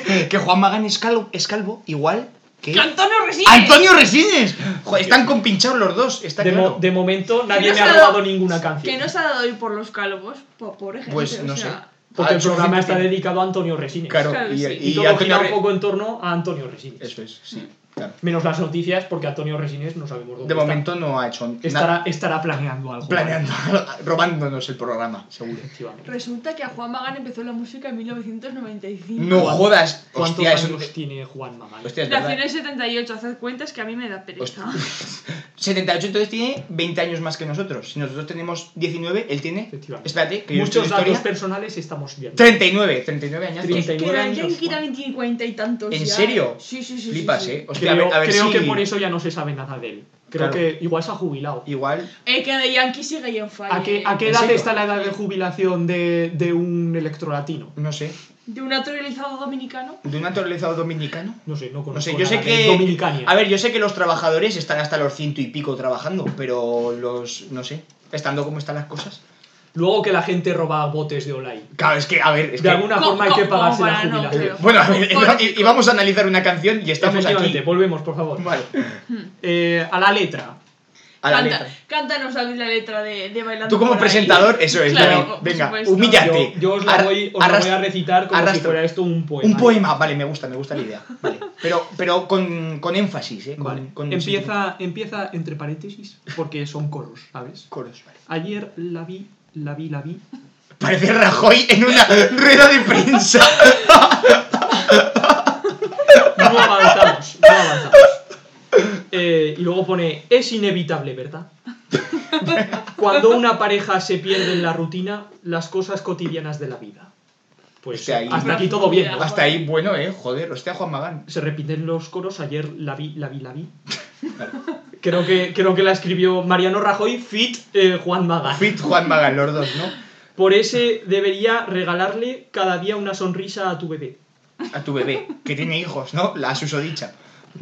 Speaker 1: cae. que Juan Magán es calvo, es calvo igual que.
Speaker 4: que Antonio resiste.
Speaker 1: ¡Antonio Resines! Joder, están compinchados los dos, está
Speaker 2: De,
Speaker 1: claro.
Speaker 2: mo- de momento nadie
Speaker 4: no
Speaker 2: me
Speaker 4: se
Speaker 2: ha
Speaker 4: ha
Speaker 2: robado
Speaker 4: dado-
Speaker 2: ninguna canción.
Speaker 4: Que no se ha dado hoy por los calvos, po- pobre gente.
Speaker 1: Pues
Speaker 4: o
Speaker 1: no sé.
Speaker 4: sea,
Speaker 2: Porque
Speaker 1: Ah,
Speaker 2: el programa está
Speaker 1: suficiente.
Speaker 2: dedicado a Antonio Resines.
Speaker 1: Claro,
Speaker 4: Claro,
Speaker 1: y,
Speaker 4: sí.
Speaker 1: y
Speaker 2: Y, todo
Speaker 1: Antonio
Speaker 2: gira
Speaker 1: Re-
Speaker 2: un poco en torno a Antonio Resines.
Speaker 1: Eso es, sí, claro.
Speaker 2: Menos las noticias, porque Antonio Resines no sabemos dónde
Speaker 1: De
Speaker 2: está.
Speaker 1: momento no ha hecho nada.
Speaker 2: estará, estará planeando algo.
Speaker 1: Planeando, robándonos el programa, seguro.
Speaker 2: Efectivamente.
Speaker 4: Resulta que a Juan Magán empezó la música en 1995.
Speaker 1: No
Speaker 2: ¿Cuán-
Speaker 1: jodas.
Speaker 2: ¿Cuántos
Speaker 1: Hostia, eso.
Speaker 2: años tiene Juan Magán?
Speaker 1: Hostia, es
Speaker 4: Nació en
Speaker 1: verdad.
Speaker 4: el 78, haced cuentas que a mí me da pereza.
Speaker 1: Hostia. 78 entonces tiene 20 años más que nosotros. Si nosotros tenemos 19, él tiene.
Speaker 2: Efectivamente.
Speaker 1: Espérate, que yo
Speaker 2: Muchos
Speaker 1: estoy en
Speaker 2: datos
Speaker 1: historia.
Speaker 2: personales estamos viendo.
Speaker 1: 39, 39 años.
Speaker 2: Treinta y-
Speaker 4: Que
Speaker 2: 19
Speaker 4: la gente
Speaker 2: años,
Speaker 4: que era
Speaker 2: Juan.
Speaker 4: 50 y tantos.
Speaker 1: ¿En
Speaker 4: ya. ¿eh?
Speaker 1: serio?
Speaker 4: Sí, sí, sí. sí,
Speaker 1: Flipas,
Speaker 4: sí.
Speaker 1: eh. Hostia,
Speaker 2: Creo,
Speaker 1: a ver
Speaker 2: creo
Speaker 1: si-
Speaker 2: que por eso ya no se sabe nada de él. Creo
Speaker 1: Claro.
Speaker 2: que igual se ha jubilado.
Speaker 1: Igual.
Speaker 4: Eh, que de Yankee sigue ahí en ¿eh? fire.
Speaker 2: ¿A qué, a qué
Speaker 1: ¿En
Speaker 2: edad
Speaker 1: serio?
Speaker 2: está la edad de jubilación de, de un electrolatino?
Speaker 1: No sé.
Speaker 4: De un naturalizado dominicano.
Speaker 1: ¿De un naturalizado dominicano?
Speaker 2: No sé, no conozco.
Speaker 1: No sé, yo sé
Speaker 2: nada de
Speaker 1: que.
Speaker 2: Dominicania.
Speaker 1: A ver, yo sé que los trabajadores están hasta los ciento y pico trabajando, pero los. No sé. Estando como están las cosas.
Speaker 2: Luego que la gente roba botes de Olay.
Speaker 1: Claro, es que, a ver, es
Speaker 2: De
Speaker 1: que...
Speaker 2: alguna
Speaker 4: Co-
Speaker 2: forma hay que
Speaker 4: co- como
Speaker 2: pagarse la
Speaker 4: para no,
Speaker 2: jubilación.
Speaker 4: pero-
Speaker 1: Bueno, a ver,
Speaker 4: Pobre
Speaker 1: y, y vamos a analizar una canción y estamos
Speaker 2: Efectivamente,
Speaker 1: aquí.
Speaker 2: volvemos, por favor.
Speaker 1: Vale,
Speaker 2: Eh, a la letra.
Speaker 1: a la
Speaker 4: Canta-
Speaker 1: letra.
Speaker 4: Cántanos David la letra de, de Bailando
Speaker 1: Tú como
Speaker 4: por ahí.
Speaker 1: presentador, eso es,
Speaker 4: Claro,
Speaker 1: David,
Speaker 4: por
Speaker 1: Venga,
Speaker 4: supuesto.
Speaker 1: humíllate.
Speaker 2: Yo, yo os la
Speaker 1: Ar-
Speaker 2: voy, os la
Speaker 1: arrastra-
Speaker 2: voy a recitar como si
Speaker 1: arrastra-
Speaker 2: fuera esto un poema.
Speaker 1: Un poema, vale, me gusta, me gusta la idea. Vale. Pero, pero con, con énfasis, ¿eh? Con,
Speaker 2: Vale.
Speaker 1: con
Speaker 2: empieza, empieza entre paréntesis, porque son coros, ¿sabes?
Speaker 1: Coros, vale.
Speaker 2: Ayer la vi, la vi, la vi.
Speaker 1: Parece Rajoy en una rueda de prensa.
Speaker 2: No avanzamos, no avanzamos. Eh, y luego pone, es inevitable, ¿verdad? Cuando una pareja se pierde en la rutina, las cosas cotidianas de la vida. Pues
Speaker 1: Hostia, ahí-
Speaker 2: hasta aquí todo bien, ¿no?
Speaker 1: Hasta ahí, bueno, ¿eh? Joder, hostia, Juan Magán.
Speaker 2: Se repiten los coros, ayer la vi, la vi, la vi.
Speaker 1: Vale.
Speaker 2: Creo que, creo que la escribió Mariano Rajoy, fit eh, Juan Magán.
Speaker 1: Fit Juan Magán, los dos, ¿no?
Speaker 2: Por ese debería regalarle cada día una sonrisa a tu bebé.
Speaker 1: A tu bebé, que tiene hijos, ¿no? La susodicha.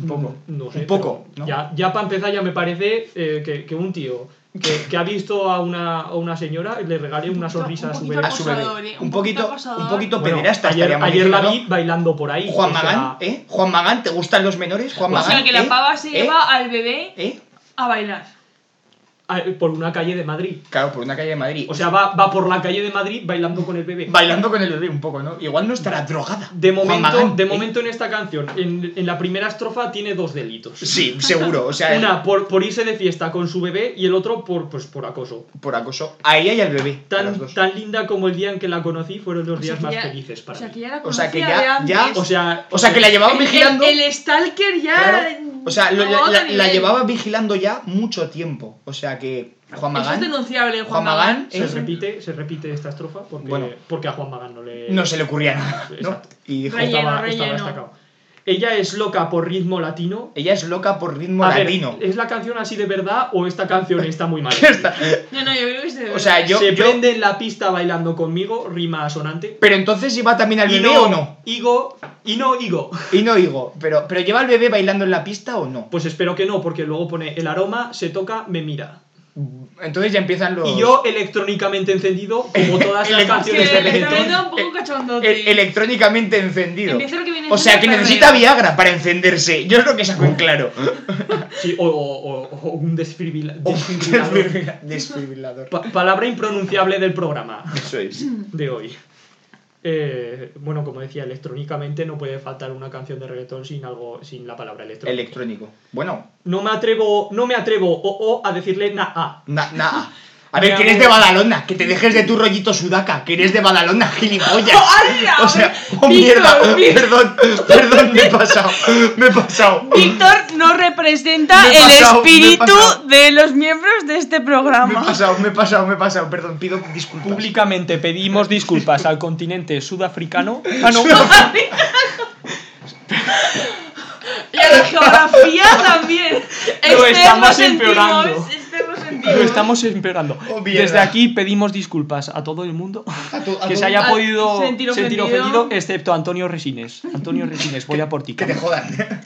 Speaker 1: Un poco.
Speaker 2: Mm, No sé.
Speaker 1: Un poco,
Speaker 2: pero
Speaker 1: ¿no?
Speaker 2: Ya, ya para empezar, ya me parece eh, que, que un tío que, que ha visto a una, a una señora le regale una
Speaker 4: poquito-
Speaker 2: sonrisa
Speaker 4: un
Speaker 2: a su
Speaker 4: poquito
Speaker 2: bebé.
Speaker 1: A su
Speaker 4: Acosador,
Speaker 1: bebé.
Speaker 4: ¿eh?
Speaker 1: Un poquito,
Speaker 4: Un poquito
Speaker 1: un poquito
Speaker 2: Bueno,
Speaker 1: pederasta
Speaker 2: ayer,
Speaker 1: estaríamos
Speaker 2: ayer la
Speaker 1: diciendo,
Speaker 2: vi bailando por ahí.
Speaker 1: ¿no? Juan
Speaker 2: o sea,
Speaker 1: Magán, ¿eh? Juan Magán, ¿te gustan los menores? Juan
Speaker 4: O
Speaker 1: Magán.
Speaker 4: sea que la
Speaker 1: ¿eh?
Speaker 4: pava se
Speaker 1: ¿eh?
Speaker 4: lleva al bebé
Speaker 1: ¿Eh?
Speaker 4: a bailar.
Speaker 2: ah, Por una calle de Madrid.
Speaker 1: Claro, por una calle de Madrid.
Speaker 2: O sea, va, va por la calle de Madrid bailando con el bebé.
Speaker 1: bailando con el bebé un poco, ¿no? Igual no estará drogada.
Speaker 2: De
Speaker 1: Juan
Speaker 2: momento,
Speaker 1: Magán,
Speaker 2: de
Speaker 1: ¿eh?
Speaker 2: momento en esta canción, en, en la primera estrofa tiene dos delitos.
Speaker 1: Sí, seguro. O sea,
Speaker 2: Una por, por irse de fiesta con su bebé y el otro por, pues, por acoso.
Speaker 1: por acoso. A ella y al bebé. a los
Speaker 2: Tan,
Speaker 1: dos.
Speaker 2: tan linda como el día en que la conocí fueron los
Speaker 4: O sea
Speaker 2: días
Speaker 4: que
Speaker 2: más
Speaker 4: ya-
Speaker 2: felices para
Speaker 4: o sea,
Speaker 2: mí.
Speaker 4: que ya la
Speaker 1: O sea, que
Speaker 4: conocía
Speaker 1: ya-
Speaker 4: de
Speaker 1: ya-
Speaker 4: antes.
Speaker 2: O sea,
Speaker 1: O sea, que la llevaba
Speaker 4: El-
Speaker 1: vigilando.
Speaker 4: El, el stalker ya.
Speaker 1: claro. O sea, lo-
Speaker 4: no,
Speaker 1: la,
Speaker 4: otro
Speaker 1: la- la
Speaker 4: nivel.
Speaker 1: llevaba vigilando ya mucho tiempo. O sea que Juan
Speaker 4: Eso es
Speaker 1: Magán
Speaker 4: denunciable, Juan,
Speaker 1: Juan
Speaker 4: Magán.
Speaker 1: Magán,
Speaker 2: se
Speaker 1: ¿eh?
Speaker 2: repite, se repite esta estrofa porque,
Speaker 1: Bueno.
Speaker 2: porque a Juan Magán no le
Speaker 1: no se le ocurría nada, ¿no?
Speaker 2: Exacto.
Speaker 1: Y dijo,
Speaker 4: Rey- Relleno,
Speaker 2: estaba,
Speaker 4: relleno.
Speaker 2: estaba destacado. Ella es loca por ritmo latino.
Speaker 1: ella es loca por ritmo
Speaker 2: a ver, eh,
Speaker 1: latino.
Speaker 2: ¿es la canción así de verdad o esta canción está muy mal?
Speaker 4: No, no, yo creo que es de
Speaker 1: O sea,
Speaker 4: verdad.
Speaker 1: yo-
Speaker 2: eh, se prende en la pista bailando conmigo, rima sonante.
Speaker 1: Pero entonces lleva también al
Speaker 2: y
Speaker 1: bebé o no.
Speaker 2: Higo, y no higo.
Speaker 1: Y no digo, pero, pero lleva al bebé bailando en la pista o no.
Speaker 2: Pues espero que no, porque luego pone el aroma, se toca, me mira.
Speaker 1: Entonces ya empiezan los.
Speaker 2: Y yo electrónicamente encendido, como todas las
Speaker 1: Ele-
Speaker 4: Es
Speaker 2: canciones
Speaker 4: que
Speaker 2: de
Speaker 4: le está
Speaker 2: reggaetón.
Speaker 4: viendo un poco cachondote.
Speaker 1: E- electrónicamente encendido.
Speaker 4: Empieza lo que viene
Speaker 1: O sea,
Speaker 4: siendo
Speaker 1: que
Speaker 4: el
Speaker 1: necesita
Speaker 4: perreo.
Speaker 1: Viagra para encenderse. Yo es lo que saco en claro.
Speaker 2: Sí, o, o- o- o un desfibrila- desfibrilador.
Speaker 1: Desfibrila- Desfibrilador.
Speaker 2: Pa- palabra impronunciable del programa
Speaker 1: Eso es.
Speaker 2: de hoy. Eh, bueno, como decía, electrónicamente no puede faltar una canción de reggaetón sin algo, sin la palabra electrónica.
Speaker 1: Electrónico. Bueno,
Speaker 2: no me atrevo, no me atrevo o, o a decirle na a.
Speaker 1: nada. A ver,
Speaker 2: Me
Speaker 1: que eres
Speaker 2: hago-
Speaker 1: de Badalona, que te dejes de tu rollito sudaca, que eres de Badalona, gilipollas.
Speaker 4: ¡Hala!
Speaker 1: O sea, oh
Speaker 4: Víctor,
Speaker 1: mierda,
Speaker 4: Víctor.
Speaker 1: perdón, perdón, me he pasado, me he pasado.
Speaker 4: Víctor no representa
Speaker 1: Me he
Speaker 4: el
Speaker 1: pasado, me he
Speaker 4: espíritu
Speaker 1: pasado.
Speaker 4: de los miembros de este
Speaker 1: Me he
Speaker 4: programa.
Speaker 1: pasado, me he pasado, me he pasado, perdón, pido disculpas.
Speaker 2: Públicamente pedimos disculpas al continente sudafricano. Ah, no.
Speaker 4: Y a la geografía también.
Speaker 2: Lo
Speaker 4: Externos
Speaker 2: estamos
Speaker 4: sentimos,
Speaker 2: empeorando.
Speaker 4: externos sentimos.
Speaker 2: Lo estamos empeorando.
Speaker 1: Oh, mierda.
Speaker 2: Desde aquí pedimos disculpas a todo el mundo
Speaker 1: A tu- a
Speaker 2: que
Speaker 1: tu-
Speaker 2: se haya
Speaker 4: a-
Speaker 2: podido sentir
Speaker 4: sentir
Speaker 2: ofendido,
Speaker 4: ofendido.
Speaker 2: excepto Antonio Resines. Antonio Resines, voy a por ti.
Speaker 1: Que te
Speaker 2: cabrón.
Speaker 1: jodan.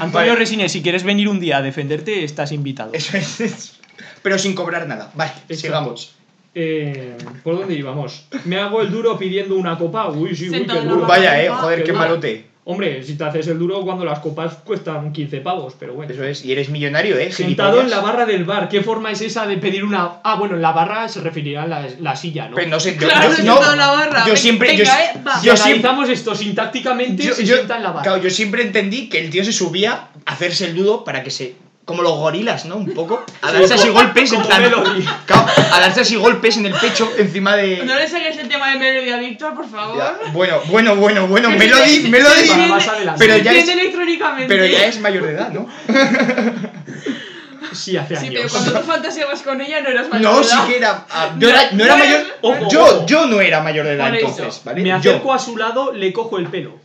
Speaker 2: Antonio
Speaker 1: Vale.
Speaker 2: Resines, si quieres venir un día a defenderte, estás invitado.
Speaker 1: Eso es, es- Pero sin cobrar nada. Vale,
Speaker 2: Exacto.
Speaker 1: sigamos.
Speaker 2: Este. Eh, ¿Por dónde íbamos? Me hago el duro pidiendo una copa. Uy, sí, uy,
Speaker 4: Sentado
Speaker 2: qué
Speaker 4: en la
Speaker 2: duro.
Speaker 4: barra.
Speaker 1: Vaya, eh,
Speaker 4: Ah,
Speaker 1: joder, qué
Speaker 2: qué
Speaker 1: malote.
Speaker 2: Hombre, si te haces el duro cuando las copas cuestan 15 pavos, pero bueno.
Speaker 1: Eso es, y eres millonario, eh.
Speaker 2: Sentado en
Speaker 1: gilipollas.
Speaker 2: la barra del bar, ¿qué forma es esa de pedir una.? Ah, bueno, en la barra se referirá a la, la silla, ¿no?
Speaker 1: Pero Pues no sé, yo,
Speaker 4: Claro,
Speaker 1: yo,
Speaker 4: sentado
Speaker 1: no,
Speaker 4: en la barra.
Speaker 1: yo
Speaker 4: Ven-
Speaker 1: siempre.
Speaker 4: venga,
Speaker 1: yo,
Speaker 4: eh, va.
Speaker 2: Si
Speaker 1: yo siempre.
Speaker 2: analizamos esto sintácticamente,
Speaker 1: Yo,
Speaker 2: se
Speaker 1: yo-
Speaker 2: sienta en la barra.
Speaker 1: claro, yo siempre entendí que el tío se subía a hacerse el dudo para que se. Como los gorilas, ¿no? Un poco. A darse así golpes en
Speaker 2: como
Speaker 1: plan.
Speaker 2: Melody.
Speaker 1: Claro, a darse así golpes en el pecho encima de.
Speaker 4: No le saques el tema de Melody a Víctor, por favor.
Speaker 1: Ya, bueno, bueno, bueno, bueno.
Speaker 4: Que se
Speaker 1: Melody,
Speaker 4: defiende-
Speaker 1: Melody.
Speaker 2: Para
Speaker 4: defiende-
Speaker 2: más adelante.
Speaker 1: Pero ya
Speaker 4: defiende
Speaker 1: es-
Speaker 4: electrónicamente.
Speaker 1: Pero ya es mayor de edad, ¿no?
Speaker 2: Sí, hace
Speaker 4: Sí,
Speaker 2: años.
Speaker 4: pero cuando tú fantaseabas con ella no eras mayor.
Speaker 1: No,
Speaker 4: de
Speaker 1: sí
Speaker 4: edad.
Speaker 1: que era. ah, Yo era, no era
Speaker 4: No,
Speaker 1: mayor.
Speaker 2: ojo,
Speaker 1: Yo,
Speaker 2: ojo.
Speaker 1: yo no era mayor de edad
Speaker 4: Por eso.
Speaker 1: entonces, ¿vale?
Speaker 2: Me
Speaker 1: Yo.
Speaker 2: acerco a su lado, le cojo el pelo.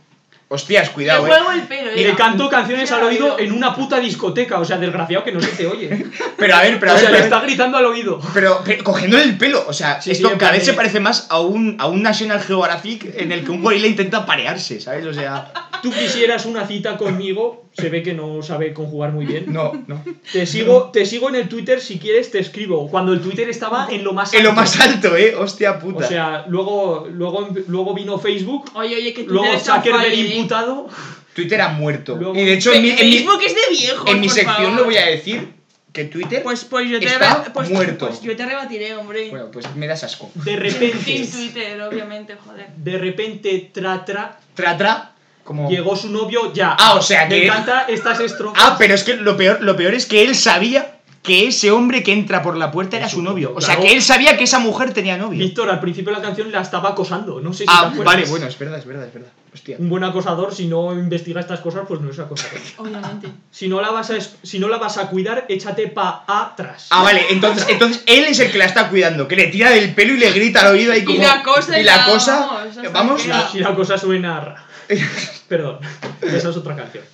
Speaker 1: Hostias,
Speaker 4: Le
Speaker 1: cuidado, eh.
Speaker 4: juego el pelo,
Speaker 2: Y
Speaker 4: era.
Speaker 2: le canto canciones
Speaker 4: Sí,
Speaker 2: al oído
Speaker 4: oído.
Speaker 2: en una puta discoteca. O sea, desgraciado que no se te oye.
Speaker 1: Pero a ver, pero a
Speaker 2: o
Speaker 1: ver. pero
Speaker 2: sea, le
Speaker 1: a ver.
Speaker 2: está gritando al oído.
Speaker 1: Pero, pero cogiendo el pelo, o sea,
Speaker 2: Sí,
Speaker 1: esto
Speaker 2: sí, en
Speaker 1: cada
Speaker 2: plan
Speaker 1: vez se
Speaker 2: de-
Speaker 1: parece más a un, a un National Geographic en el que un gorila intenta parearse, ¿sabes? O sea,
Speaker 2: Tú quisieras una cita conmigo, se ve que no sabe conjugar muy bien.
Speaker 1: No, no.
Speaker 2: Te sigo, te sigo en el Twitter si quieres, te escribo. Cuando el Twitter estaba en lo más alto.
Speaker 1: En lo más alto, eh. Hostia
Speaker 2: O
Speaker 1: puta.
Speaker 2: sea, luego, luego, luego vino Facebook,
Speaker 4: Oye, oye, que tú
Speaker 2: luego
Speaker 4: eres tan
Speaker 2: Zuckerberg
Speaker 4: falle, ¿eh?
Speaker 2: imputado.
Speaker 1: Twitter ha muerto.
Speaker 2: Luego- Eh,
Speaker 1: Y de hecho, en mi, en mi-
Speaker 4: Facebook es de viejo.
Speaker 1: en mi sección lo voy a decir que Twitter.
Speaker 4: Pues, pues yo te
Speaker 1: Está
Speaker 4: reba- pues,
Speaker 1: muerto.
Speaker 4: pues yo te rebatiré, hombre.
Speaker 1: Bueno, Este pues me das asco.
Speaker 2: De
Speaker 4: Team
Speaker 2: repente,
Speaker 4: Twitter, obviamente, joder.
Speaker 2: de repente, tra tra,
Speaker 1: Tra, tra. Como.
Speaker 2: llegó su novio ya.
Speaker 1: Ah, o sea
Speaker 2: Me
Speaker 1: que-
Speaker 2: encanta estas estrofas.
Speaker 1: Ah, pero es que lo peor, lo peor es que él sabía que ese hombre que entra por la puerta era su novio. O sea,
Speaker 2: Claro.
Speaker 1: que él sabía que esa mujer tenía novio.
Speaker 2: Víctor, al principio de la canción la estaba acosando. No sé si te
Speaker 1: Ah,
Speaker 2: acuerdas.
Speaker 1: vale, bueno, es verdad, es verdad, es verdad. Hostia.
Speaker 2: Un buen acosador, si no investiga estas cosas, pues no es acosador.
Speaker 4: Obviamente.
Speaker 2: Si no la vas a, es- si no la vas a cuidar, échate pa' atrás.
Speaker 1: Ah, vale, entonces, entonces él es el que la está cuidando, que le tira del pelo y le grita al oído ahí
Speaker 4: Y
Speaker 1: como.
Speaker 4: la cosa
Speaker 1: y la
Speaker 4: ya,
Speaker 1: cosa-
Speaker 4: vamos, hasta
Speaker 1: vamos,
Speaker 4: que
Speaker 1: la-
Speaker 4: ya.
Speaker 2: Si la cosa suena a ra. Perdón, esa es otra canción.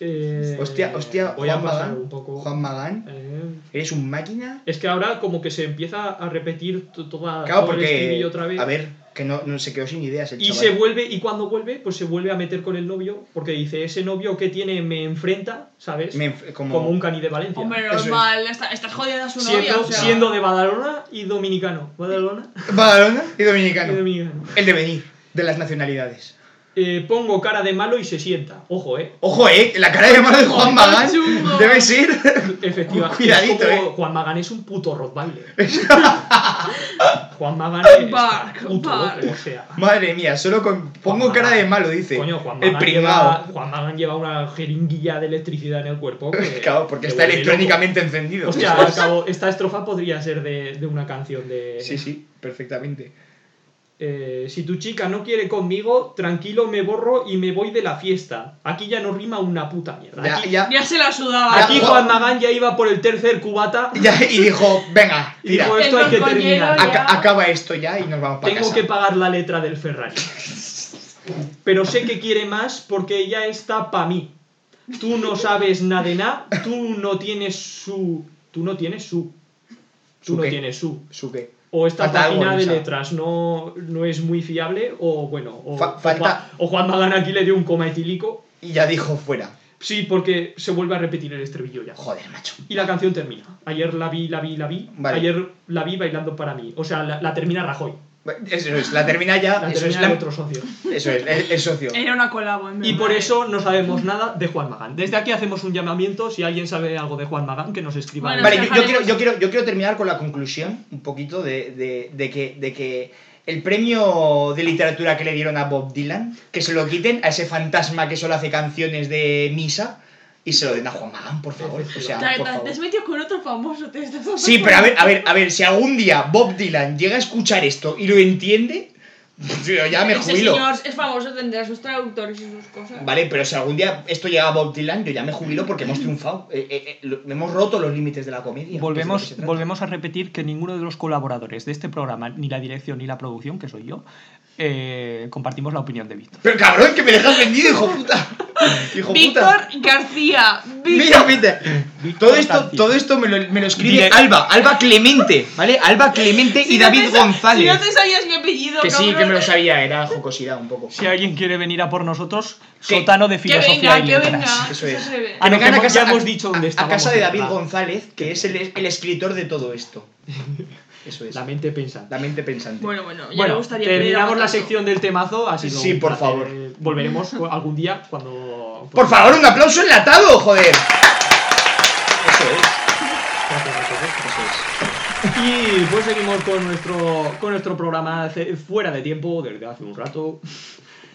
Speaker 2: Eh,
Speaker 1: Hostia, hostia, ¿eh?
Speaker 2: Voy a
Speaker 1: Juan
Speaker 2: bajar
Speaker 1: Magán.
Speaker 2: un poco.
Speaker 1: Juan Magán,
Speaker 2: Eh,
Speaker 1: eres un máquina.
Speaker 2: es que ahora como que se empieza a repetir to- toda
Speaker 1: Claro,
Speaker 2: todo el
Speaker 1: porque.
Speaker 2: estribillo otra vez.
Speaker 1: A ver, que no, no se quedó sin ideas el
Speaker 2: y
Speaker 1: chaval.
Speaker 2: se vuelve, y cuando vuelve, pues se vuelve a meter con el novio, porque dice, ese novio que tiene me enfrenta, ¿sabes?
Speaker 1: Me enf- como,
Speaker 2: Como un cani de Valencia.
Speaker 4: Hombre,
Speaker 1: Eso es.
Speaker 4: normal. está- estás jodiendo a su
Speaker 2: siendo,
Speaker 4: novia. o sea.
Speaker 2: siendo de Badalona y dominicano. Badalona
Speaker 1: Badalona y
Speaker 2: y
Speaker 1: dominicano.
Speaker 2: dominicano.
Speaker 1: El devenir de las nacionalidades.
Speaker 2: Eh, pongo cara de malo y se sienta. Ojo, eh.
Speaker 1: Ojo, eh, la cara de mano de Juan Magán
Speaker 4: chungo.
Speaker 1: debe ser.
Speaker 2: Efectivamente.
Speaker 1: Cuidadito,
Speaker 2: es como
Speaker 1: eh.
Speaker 2: Juan Magán es un puto Rottweiler. Juan Magán es
Speaker 4: Bark,
Speaker 2: puto
Speaker 4: bark.
Speaker 2: loco, o sea.
Speaker 1: Madre mía, solo con. Pongo cara de malo, dice.
Speaker 2: Coño, Juan
Speaker 1: el
Speaker 2: Magán, lleva,
Speaker 1: primado.
Speaker 2: Juan Magán lleva una jeringuilla de electricidad en el cuerpo. que-
Speaker 1: Claro, porque
Speaker 2: que
Speaker 1: está
Speaker 2: vuelve loco.
Speaker 1: electrónicamente encendido.
Speaker 2: Hostia, al cabo, esta estrofa podría ser de, de una canción de.
Speaker 1: Sí, sí, perfectamente.
Speaker 2: Eh, si tu chica no quiere conmigo, tranquilo, me borro y me voy de la fiesta. Aquí ya no rima una puta mierda.
Speaker 1: Ya,
Speaker 2: Aquí-
Speaker 1: ya,
Speaker 4: Ya se la sudaba.
Speaker 2: Aquí
Speaker 1: Ya,
Speaker 2: Juan Magán ya iba por el tercer cubata.
Speaker 1: ya, y dijo, venga,
Speaker 2: Y
Speaker 1: tira.
Speaker 2: dijo, esto hay que terminar.
Speaker 4: Entonces,
Speaker 1: Aca-
Speaker 4: ya.
Speaker 1: acaba esto ya y nos vamos para
Speaker 2: Tengo
Speaker 1: casa.
Speaker 2: que pagar la letra del Ferrari. Pero sé que quiere más porque ella está pa' mí. Tú no sabes nada de nada, tú no tienes su... Tú no tienes su... Tú
Speaker 1: ¿Su
Speaker 2: no
Speaker 1: qué?
Speaker 2: tienes su.
Speaker 1: ¿Su qué?
Speaker 2: O esta
Speaker 1: Falta algo,
Speaker 2: página de
Speaker 1: Luisa.
Speaker 2: letras no, no es muy fiable, o bueno, o,
Speaker 1: Fa-
Speaker 2: o
Speaker 1: falta-
Speaker 2: Juan, o Juan Magán aquí le dio un coma etílico.
Speaker 1: Y ya dijo, fuera.
Speaker 2: Sí, porque se vuelve a repetir el estribillo ya.
Speaker 1: Joder, macho.
Speaker 2: Y la canción termina. Ayer la vi, la vi, la vi.
Speaker 1: Vale.
Speaker 2: Ayer la vi bailando para mí. O sea, la, la termina Rajoy.
Speaker 1: Eso es, la termina ya.
Speaker 2: La
Speaker 1: eso,
Speaker 2: termina
Speaker 1: es la-
Speaker 2: el otro socio.
Speaker 1: eso es, el, el socio.
Speaker 4: Era una colabo, en
Speaker 2: Y
Speaker 4: verdad,
Speaker 2: por
Speaker 4: eh.
Speaker 2: eso no sabemos nada de Juan Magán. Desde aquí hacemos un llamamiento. Si alguien sabe algo de Juan Magán, que nos escriba.
Speaker 4: Bueno,
Speaker 1: Vale,
Speaker 4: o sea,
Speaker 1: yo, yo quiero,
Speaker 4: dejaremos-
Speaker 1: yo, quiero, yo quiero terminar con la conclusión, un poquito, de, de- de que, de que el premio de literatura que le dieron a Bob Dylan, que se lo quiten a ese fantasma que solo hace canciones de misa, y se lo den a Juan Magán, por favor. O sea,
Speaker 4: O sea,
Speaker 1: por
Speaker 4: te- te
Speaker 1: favor.
Speaker 4: has metido con otro famoso. Te estás
Speaker 1: Sí, pero a ver, a ver, a ver, si algún día Bob Dylan llega a escuchar esto y lo entiende, yo ya me
Speaker 4: Ese
Speaker 1: jubilo.
Speaker 4: señor es famoso, tendrá sus traductores y sus cosas.
Speaker 1: Vale, pero si algún día esto llega a Bob Dylan, yo ya me jubilo porque hemos triunfado. Eh, eh, eh, lo- hemos roto los límites de la comedia. que es de
Speaker 2: Volvemos,
Speaker 1: lo que se trata.
Speaker 2: volvemos a repetir que ninguno de los colaboradores de este programa, ni la dirección ni la producción, que soy yo, eh, compartimos la opinión de Víctor.
Speaker 1: Pero cabrón, que me dejas vendido, hijo puta. Hijo puta.
Speaker 4: Víctor García.
Speaker 1: Mira,
Speaker 4: Víctor.
Speaker 1: Víctor. Todo esto, todo esto me lo, me lo escribe
Speaker 2: Dire-
Speaker 1: Alba, Alba Clemente, ¿vale? Alba Clemente y
Speaker 4: Si no
Speaker 1: David
Speaker 4: te sa-
Speaker 1: González.
Speaker 4: Si no te sabías mi apellido,
Speaker 1: Que sí,
Speaker 4: cabrón. eh.
Speaker 1: que me lo sabía, era jocosidad un poco.
Speaker 2: Si alguien quiere venir a por nosotros,
Speaker 1: Que-
Speaker 2: sótano de
Speaker 4: Que
Speaker 2: filosofía
Speaker 4: venga,
Speaker 2: y
Speaker 4: que
Speaker 2: letras.
Speaker 4: venga.
Speaker 1: Eso es.
Speaker 4: se ve.
Speaker 2: Ah, no,
Speaker 1: Vengan
Speaker 2: que hemos- ya hemos dicho dónde
Speaker 1: a-
Speaker 2: estábamos,
Speaker 1: A casa de
Speaker 2: es
Speaker 1: David
Speaker 2: verdad.
Speaker 1: González, que es el, el escritor de todo esto. Eso es.
Speaker 2: La
Speaker 1: La,
Speaker 2: mente pensante.
Speaker 1: mente pensante.
Speaker 4: Bueno, bueno, ya me
Speaker 2: Bueno,
Speaker 4: gustaría que
Speaker 2: terminamos
Speaker 4: diéramos
Speaker 2: la
Speaker 4: eso.
Speaker 2: sección del temazo. Ha sido
Speaker 1: Sí,
Speaker 2: un
Speaker 1: por
Speaker 2: placer.
Speaker 1: favor.
Speaker 2: Volveremos cu- algún día cuando.
Speaker 1: Por favor, un aplauso enlatado, joder. Eso es.
Speaker 2: Y pues seguimos con nuestro, con nuestro programa hace- fuera de tiempo desde hace un rato.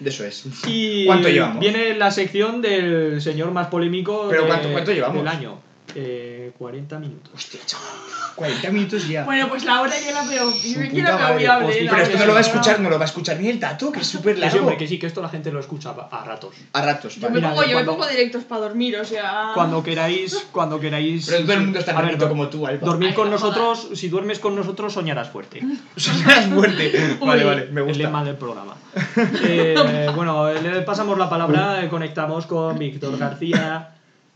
Speaker 1: Eso es.
Speaker 2: Y
Speaker 1: ¿Cuánto llevamos?
Speaker 2: Viene la sección del señor más polémico
Speaker 1: Pero
Speaker 2: de-
Speaker 1: ¿cuánto- cuánto llevamos?
Speaker 2: del año. Eh, 40 minutos.
Speaker 1: Hostia, chaval. 40 minutos ya.
Speaker 4: Bueno, pues la hora ya la veo. Yo
Speaker 1: puta
Speaker 4: ya la veo
Speaker 1: madre,
Speaker 4: muy hable,
Speaker 2: hostia,
Speaker 4: la
Speaker 1: Pero esto
Speaker 4: hora
Speaker 1: no lo va a
Speaker 4: ya.
Speaker 1: escuchar, no lo va a escuchar ni el tato, que es súper
Speaker 2: Que Pues sí,
Speaker 1: largo.
Speaker 2: hombre, que sí, que esto la gente lo escucha a ratos.
Speaker 1: A ratos,
Speaker 4: Yo
Speaker 1: vale.
Speaker 4: me
Speaker 2: Mira,
Speaker 4: pongo, yo me
Speaker 2: cuando-
Speaker 4: pongo directos para dormir, o sea.
Speaker 2: Cuando queráis, cuando queráis.
Speaker 1: Pero todo el mundo está
Speaker 2: A ver,
Speaker 1: tan
Speaker 2: do-
Speaker 1: como tú, Alba.
Speaker 2: Dormir
Speaker 4: Ay,
Speaker 2: con
Speaker 4: no
Speaker 2: nosotros, si duermes con nosotros, soñarás fuerte.
Speaker 1: Soñarás muerte. Vale,
Speaker 2: Uy,
Speaker 1: vale, me
Speaker 2: El
Speaker 1: gusta.
Speaker 2: lema del programa. Eh, bueno, le pasamos la palabra, eh, conectamos con Víctor García.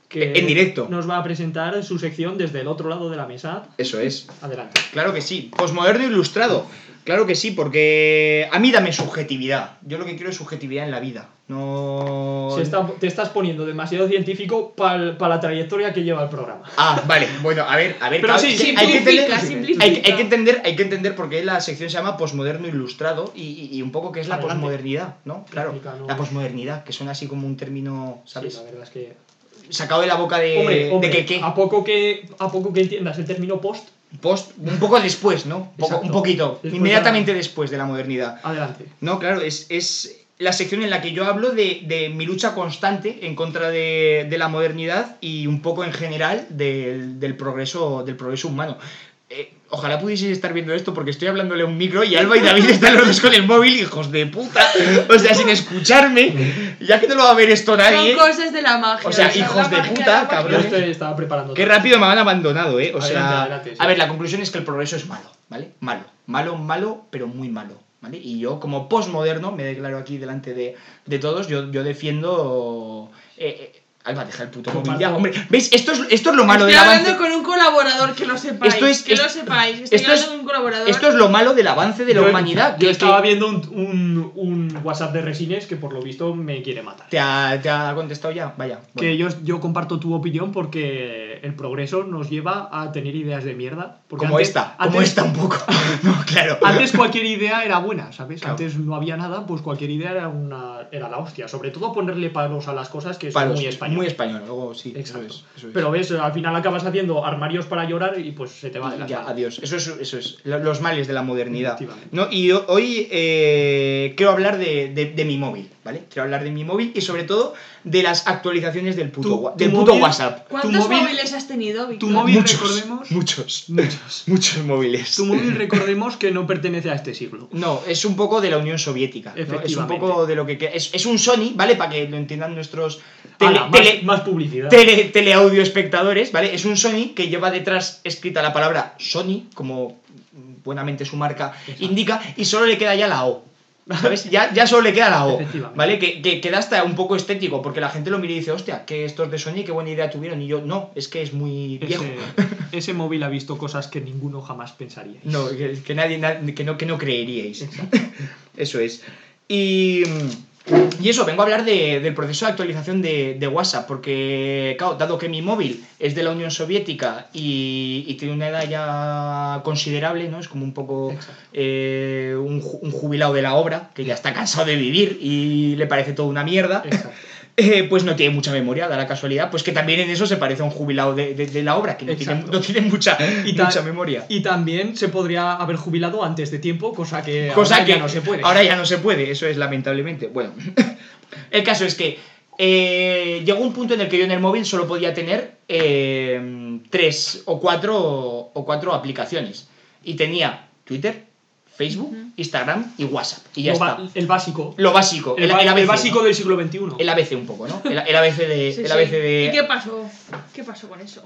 Speaker 2: Que
Speaker 1: En directo.
Speaker 2: Nos va a presentar su sección desde el otro lado de la mesa.
Speaker 1: Eso es.
Speaker 2: Adelante.
Speaker 1: Claro que sí. Posmoderno ilustrado. Claro que sí, porque a mí dame subjetividad. Yo lo que quiero es subjetividad en la vida. No.
Speaker 2: Se está- te estás poniendo demasiado científico para la trayectoria que lleva el programa.
Speaker 1: Ah, vale. Bueno, a ver, a ver.
Speaker 2: Pero
Speaker 1: claro,
Speaker 2: sí,
Speaker 1: es que
Speaker 2: sí,
Speaker 1: hay que entender,
Speaker 4: simplifica, simplifica.
Speaker 1: hay, que- hay que entender, hay que entender por qué la sección se llama posmoderno ilustrado y, y- y un poco qué es la
Speaker 2: Adelante.
Speaker 1: posmodernidad, ¿no? Claro,
Speaker 2: Explica, ¿no?
Speaker 1: la posmodernidad, que suena así como un término, ¿sabes?
Speaker 2: Sí, la verdad es que.
Speaker 1: Sacado de la boca Eh, de,
Speaker 2: Hombre, hombre, Ah.
Speaker 1: de que qué.
Speaker 2: A, poco que, a poco que entiendas el término post,
Speaker 1: Post, un poco después, ¿no? Un poco- un
Speaker 2: Exacto.
Speaker 1: poquito,
Speaker 2: Después de la-
Speaker 1: inmediatamente después de la modernidad.
Speaker 2: adelante.
Speaker 1: No, claro, es, es la sección en la que yo hablo de, de mi lucha constante en contra de, de la modernidad y un poco en general del, del progreso, del progreso humano. Eh, ojalá pudieseis estar viendo esto porque estoy hablándole a un micro y Alba y David están los dos con el móvil, hijos de puta. O sea, sin escucharme. Ya que no lo va a ver esto nadie.
Speaker 4: Son cosas de la magia.
Speaker 1: O sea,
Speaker 4: son
Speaker 1: hijos
Speaker 4: la
Speaker 1: de
Speaker 4: magia,
Speaker 1: puta,
Speaker 4: la magia.
Speaker 2: Yo
Speaker 1: cabrones.
Speaker 2: este estaba preparando.
Speaker 1: ¿eh? Qué rápido me han abandonado, ¿eh? O sea,
Speaker 2: Adelante, adelante, sí.
Speaker 1: a ver, la conclusión es que el progreso es malo, ¿vale? Malo, malo, malo, pero muy malo, ¿vale? Y yo, como posmoderno, me declaro aquí delante de, de todos, yo, yo defiendo. eh, eh, Alba, deja el puto móvil ya,
Speaker 2: Comparto.
Speaker 1: hombre. ¿Veis? Esto es, esto es lo malo
Speaker 4: Estoy
Speaker 1: del
Speaker 4: hablando
Speaker 1: avance.
Speaker 4: con un colaborador, que lo sepáis.
Speaker 1: Esto es-
Speaker 4: que lo
Speaker 1: es-
Speaker 4: sepáis. Estoy
Speaker 1: esto
Speaker 4: hablando
Speaker 1: es-
Speaker 4: con un colaborador.
Speaker 1: Esto es lo malo del avance de la
Speaker 2: Yo-
Speaker 1: humanidad.
Speaker 2: Yo
Speaker 1: que-
Speaker 2: estaba
Speaker 1: que
Speaker 2: viendo un, un, un WhatsApp de Resines que por lo visto me quiere matar.
Speaker 1: ¿Te ha, te ha contestado ya? Vaya. bueno.
Speaker 2: Que yo, yo comparto tu opinión porque el progreso nos lleva a tener ideas de mierda. Porque
Speaker 1: Como
Speaker 2: antes-
Speaker 1: esta, como
Speaker 2: antes-
Speaker 1: esta un poco. No, claro.
Speaker 2: Antes cualquier idea era buena, ¿sabes?
Speaker 1: Claro.
Speaker 2: Antes no había nada, pues cualquier idea era una era la hostia. Sobre todo ponerle palos a las cosas que es
Speaker 1: Palos,
Speaker 2: muy español.
Speaker 1: Muy español, luego sí. eso
Speaker 2: Exacto.
Speaker 1: es, eso es.
Speaker 2: Pero ves, al final acabas haciendo armarios para llorar y pues se te va de las
Speaker 1: Ya,
Speaker 2: manos.
Speaker 1: adiós. Eso es, eso es lo- los males de la modernidad.
Speaker 2: Efectivamente.
Speaker 1: ¿no? Y ho- hoy eh, quiero hablar de, de- de mi móvil, ¿vale? Quiero hablar de mi móvil y sobre todo de las actualizaciones del puto,
Speaker 2: Tu-
Speaker 1: wa-
Speaker 2: tu
Speaker 1: del puto
Speaker 2: móvil-
Speaker 1: WhatsApp.
Speaker 4: ¿Cuántos
Speaker 2: móvil-
Speaker 4: móviles has tenido, Víctor?
Speaker 2: tu móvil,
Speaker 1: muchos,
Speaker 2: recordemos-
Speaker 1: muchos,
Speaker 2: Muchos.
Speaker 1: muchos móviles.
Speaker 2: Tu móvil recordemos que no pertenece a este siglo.
Speaker 1: No, es un poco de la Unión Soviética. ¿no? Es un
Speaker 2: Efectivamente.
Speaker 1: poco de lo que... que- Es, es un Sony, ¿vale? Para que lo entiendan nuestros tele-
Speaker 2: Ala, más,
Speaker 1: tele-
Speaker 2: más publicidad.
Speaker 1: tele, teleaudio espectadores, ¿vale? Es un Sony que lleva detrás escrita la palabra Sony, como buenamente su marca indica, y solo le queda ya la O. ¿Sabes? Ya, ya solo le queda la O.
Speaker 2: Efectivamente.
Speaker 1: ¿Vale? Que, que queda hasta un poco estético, porque la gente lo mira y dice, hostia, que estos de Sony, qué buena idea tuvieron. Y yo, no, es que es muy viejo.
Speaker 2: ese, ese móvil ha visto cosas que ninguno jamás pensaría.
Speaker 1: No, que, que nadie, na- que no, que no creeríais. eso es. Y, mm, y eso, vengo a hablar de- del proceso de actualización de, de WhatsApp, porque, claro, dado que mi móvil es de la Unión Soviética y, y tiene una edad ya considerable, ¿no? Es como un poco eh, un, ju- un jubilado de la obra, que ya está cansado de vivir y le parece toda una mierda.
Speaker 2: Exacto.
Speaker 1: Eh, pues no tiene mucha memoria, da la casualidad, pues que también en eso se parece a un jubilado de, de- de la obra, que no tiene,
Speaker 2: Exacto.
Speaker 1: no tiene mucha,
Speaker 2: Y ta-
Speaker 1: mucha memoria.
Speaker 2: Y también se podría haber jubilado antes de tiempo, cosa que,
Speaker 1: Cosa
Speaker 2: ahora
Speaker 1: que
Speaker 2: ya no se puede.
Speaker 1: Ahora ya no se puede, eso es lamentablemente. Bueno, el caso es que eh, llegó un punto en el que yo en el móvil solo podía tener eh, tres o cuatro, o cuatro aplicaciones. Y tenía Twitter, Facebook, Instagram y WhatsApp. Y ya
Speaker 2: Lo ba-
Speaker 1: está.
Speaker 2: el básico.
Speaker 1: Lo básico,
Speaker 2: El,
Speaker 1: el,
Speaker 2: ba-
Speaker 1: el
Speaker 2: el
Speaker 1: ABC.
Speaker 2: básico del siglo XXI.
Speaker 1: El ABC un poco, ¿no? El, el ABC de...
Speaker 4: Sí,
Speaker 1: el
Speaker 4: sí.
Speaker 1: ABC de...
Speaker 4: ¿Y qué pasó? ¿Qué pasó con eso?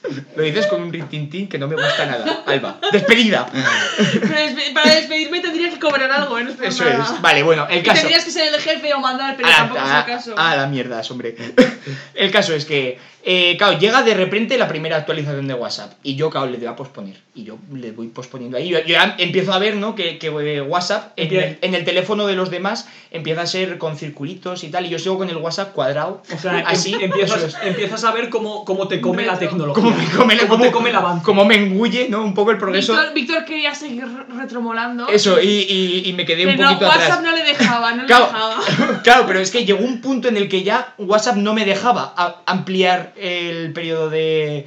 Speaker 1: Lo dices con un rintintín que no me gusta nada. Alba, despedida.
Speaker 4: Pero despe- para despedirme tendría que cobrar algo, ¿eh? No es por
Speaker 1: Eso
Speaker 4: nada.
Speaker 1: es. Vale, bueno, el
Speaker 4: Y
Speaker 1: caso... Ah,
Speaker 4: tendrías que ser el jefe o mandar, pero
Speaker 1: a, la-
Speaker 4: tampoco es
Speaker 1: a-
Speaker 4: el caso.
Speaker 1: a la mierda, hombre. el caso es que, eh, claro, llega de repente la primera actualización de WhatsApp y yo, claro, le voy a posponer. Y yo le voy posponiendo ahí. Yo, yo ya empiezo a ver, ¿no? Que, que eh, WhatsApp en
Speaker 2: Empie-
Speaker 1: el, en el teléfono de los demás empieza a ser con circulitos y tal. Y yo sigo con el WhatsApp cuadrado.
Speaker 2: O sea,
Speaker 1: así
Speaker 2: em-
Speaker 1: eso es.
Speaker 2: empiezas, empiezas a ver cómo, cómo te come la
Speaker 4: Retro.
Speaker 2: tecnología.
Speaker 1: Como me come,
Speaker 2: Cómo te come el avance.
Speaker 1: Como me engulle, ¿no? Un poco el progreso.
Speaker 4: Víctor, Víctor quería seguir re- retromolando.
Speaker 1: Eso, y, y- y me quedé
Speaker 4: pero
Speaker 1: un
Speaker 4: no,
Speaker 1: poquito
Speaker 4: WhatsApp
Speaker 1: atrás.
Speaker 4: no le dejaba, no le dejaba.
Speaker 1: Claro, claro, pero es que llegó un punto en el que ya WhatsApp no me dejaba a- ampliar el periodo de,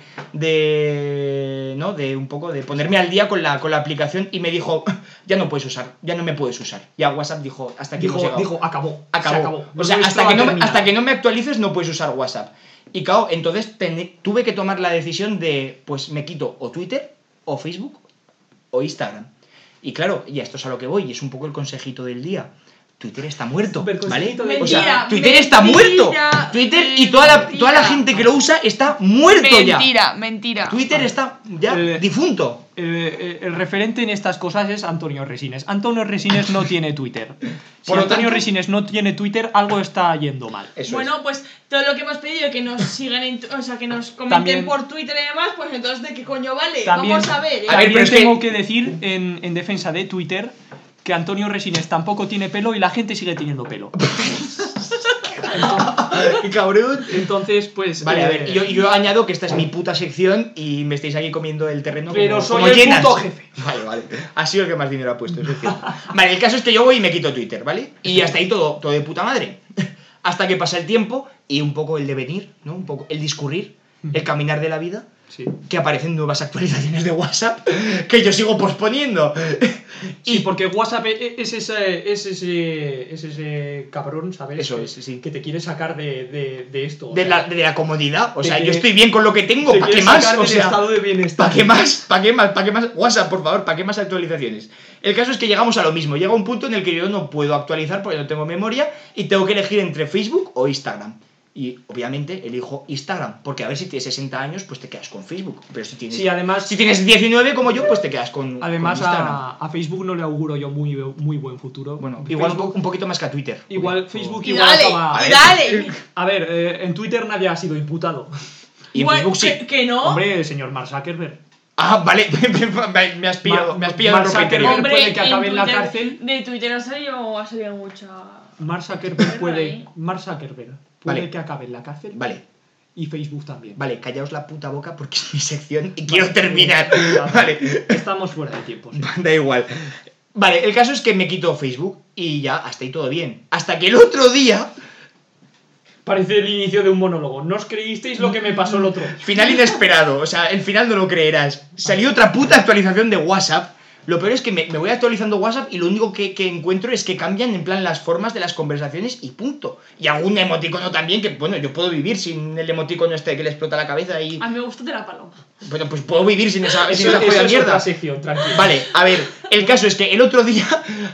Speaker 1: de. ¿No? De un poco, de ponerme al día con la, con la aplicación y me dijo, ya no puedes usar, ya no me puedes usar. Ya WhatsApp dijo, hasta aquí hemos
Speaker 2: Dijo,
Speaker 1: llegado".
Speaker 2: dijo, acabó. se
Speaker 1: acabó.
Speaker 2: acabó.
Speaker 1: O sea,
Speaker 2: Nuestro
Speaker 1: hasta que,
Speaker 2: ha
Speaker 1: no, me-
Speaker 2: terminado.
Speaker 1: hasta que no me actualices no puedes usar WhatsApp. Y claro, entonces ten- tuve que tomar la decisión de, pues me quito o Twitter, o Facebook, o Instagram. Y claro, y a esto es a lo que voy, y es un poco el consejito del día. Twitter está muerto,
Speaker 2: Súper
Speaker 1: ¿vale?
Speaker 2: consejito del
Speaker 1: o sea,
Speaker 4: día.
Speaker 1: Twitter está
Speaker 4: Mentira,
Speaker 1: muerto. Twitter y toda la, toda la
Speaker 4: mentira.
Speaker 1: gente que lo usa está muerto ya.
Speaker 4: Mentira, mentira.
Speaker 1: Twitter está ya
Speaker 2: El-
Speaker 1: difunto.
Speaker 2: eh, el referente en estas cosas es Antonio Resines. Antonio Resines no tiene Twitter. Si
Speaker 1: Por lo
Speaker 2: Antonio
Speaker 1: tanto-
Speaker 2: Resines no tiene Twitter, algo está yendo mal.
Speaker 1: Eso
Speaker 4: bueno, pues todo lo que hemos pedido que nos sigan, en, tu- o sea, que nos comenten
Speaker 2: También-
Speaker 4: por Twitter y demás, pues entonces de qué coño vale.
Speaker 2: También-
Speaker 4: Vamos a ver. ¿eh?
Speaker 1: A ver,
Speaker 2: También
Speaker 1: pero es que-
Speaker 2: tengo que decir en, en defensa de Twitter que Antonio Resines tampoco tiene pelo y la gente sigue teniendo pelo.
Speaker 1: es. Cabrón.
Speaker 2: Entonces, pues.
Speaker 1: Vale, a
Speaker 2: eh,
Speaker 1: ver, yo, yo añado que esta es mi puta sección y me estáis aquí comiendo el terreno
Speaker 2: Pero
Speaker 1: como,
Speaker 2: soy
Speaker 1: como
Speaker 2: el
Speaker 1: llenas.
Speaker 2: puto jefe.
Speaker 1: Vale, vale. Ha sido el que más dinero ha puesto, eso es cierto. Vale, el caso es que yo voy y me quito Twitter, ¿vale? Y hasta ahí todo, todo de puta madre. Hasta que pasa el tiempo y un poco el devenir, ¿no? Un poco el discurrir, el caminar de la vida
Speaker 2: Sí.
Speaker 1: que aparecen nuevas actualizaciones de WhatsApp que yo sigo posponiendo.
Speaker 2: Y porque WhatsApp e- e- es ese, es ese, es ese cabrón, ¿sabes?
Speaker 1: Eso
Speaker 2: Que-
Speaker 1: es, sí.
Speaker 2: Que te quiere sacar de, de, de esto. o
Speaker 1: De la,
Speaker 2: sea,
Speaker 1: de la comodidad. O
Speaker 2: Te
Speaker 1: sea, yo
Speaker 2: quiere-
Speaker 1: estoy bien con lo que tengo.
Speaker 2: te
Speaker 1: ¿Para qué
Speaker 2: quiere
Speaker 1: más?
Speaker 2: sacar
Speaker 1: O
Speaker 2: del
Speaker 1: sea,
Speaker 2: estado de bienestar.
Speaker 1: ¿Para qué más? ¿Para qué más? ¿Para qué más? WhatsApp, por favor, ¿para qué más actualizaciones? El caso es que llegamos a lo mismo. Llega un punto en el que yo no puedo actualizar porque no tengo memoria y tengo que elegir entre Facebook o Instagram. Y obviamente elijo Instagram, porque a ver si tienes 60 años, pues te quedas con Facebook. Pero si tienes,
Speaker 2: Sí, además.
Speaker 1: si tienes 19 como yo, pues te quedas con, con
Speaker 2: Además,
Speaker 1: Instagram.
Speaker 2: a, a Facebook no le auguro yo muy, muy buen futuro.
Speaker 1: Bueno, igual un
Speaker 2: Facebook-
Speaker 1: po- un poquito más que a Twitter.
Speaker 2: Igual
Speaker 1: O-
Speaker 2: Facebook
Speaker 4: Y
Speaker 2: igual
Speaker 4: dale,
Speaker 2: acaba-
Speaker 4: y dale.
Speaker 2: A ver, eh, en Twitter nadie ha sido imputado.
Speaker 1: Y en
Speaker 4: Bueno,
Speaker 1: Facebook sí.
Speaker 4: que, que no.
Speaker 2: Hombre, señor Mark Zuckerberg.
Speaker 1: Ah, vale, me, me has pillado,
Speaker 2: Mar-
Speaker 1: me has pillado
Speaker 2: Mark
Speaker 1: en ropa interior.
Speaker 2: Zuckerberg. puede que
Speaker 4: en
Speaker 2: acabe en la
Speaker 4: Twitter-
Speaker 2: cárcel.
Speaker 4: De Twitter ha salido, ha salido mucha.
Speaker 2: Mark Zuckerberg
Speaker 4: Bueno,
Speaker 2: puede,
Speaker 4: ahí.
Speaker 2: Mark Zuckerberg puede
Speaker 1: Vale.
Speaker 2: que acabe en la cárcel
Speaker 1: Vale,
Speaker 2: y Facebook también.
Speaker 1: vale, callaos la puta boca porque es mi sección y quiero
Speaker 2: Vale.
Speaker 1: terminar. Vale,
Speaker 2: Estamos fuera de tiempo. sí.
Speaker 1: da igual. Vale, el caso es que me quito Facebook y ya, hasta ahí todo bien. Hasta que el otro día,
Speaker 2: Parece el inicio de un monólogo. No os creísteis lo que me pasó el otro.
Speaker 1: final inesperado, o sea, el final no lo creerás. Salió otra puta actualización de WhatsApp. Lo peor es que me, me voy actualizando WhatsApp y lo único que, que encuentro es que cambian en plan las formas de las conversaciones y punto. Y algún emoticono también, que bueno, yo puedo vivir sin el emoticono este que le explota la cabeza y...
Speaker 4: A mí me gusta de la paloma.
Speaker 1: Bueno, pues puedo vivir sin esa, sin
Speaker 2: Eso-
Speaker 1: esa
Speaker 2: eso
Speaker 1: jodida
Speaker 2: es
Speaker 1: mierda.
Speaker 2: otra sección, tranquilo.
Speaker 1: Vale, a ver, el caso es que el otro día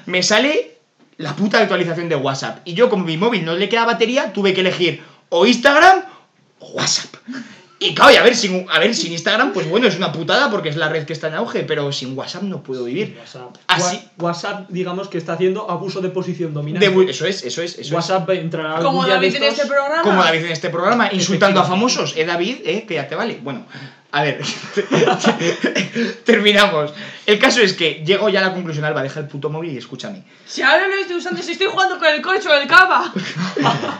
Speaker 1: me sale la puta actualización de WhatsApp. Y yo, como mi móvil no le queda batería, tuve que elegir o Instagram o WhatsApp. Y claro, y a ver, sin, a ver, sin Instagram, pues bueno, es una putada porque es la red que está en auge, pero sin WhatsApp no puedo vivir.
Speaker 2: WhatsApp.
Speaker 1: Así-
Speaker 2: Wa- WhatsApp, digamos que está haciendo abuso de posición dominante.
Speaker 1: De bu- eso es, eso es, eso es.
Speaker 2: WhatsApp entrará algún
Speaker 4: Como
Speaker 2: día
Speaker 4: David
Speaker 2: de
Speaker 4: en
Speaker 2: estos-
Speaker 4: este programa.
Speaker 1: Como David en este programa, insultando a
Speaker 2: Efectivamente.
Speaker 1: famosos. Eh, David, eh, que ya te vale. Bueno, a ver, terminamos. El caso es que llego ya a la conclusión, Alba, deja el puto móvil y escúchame.
Speaker 4: Si ahora no lo estoy usando, si estoy jugando con el corcho o el cava.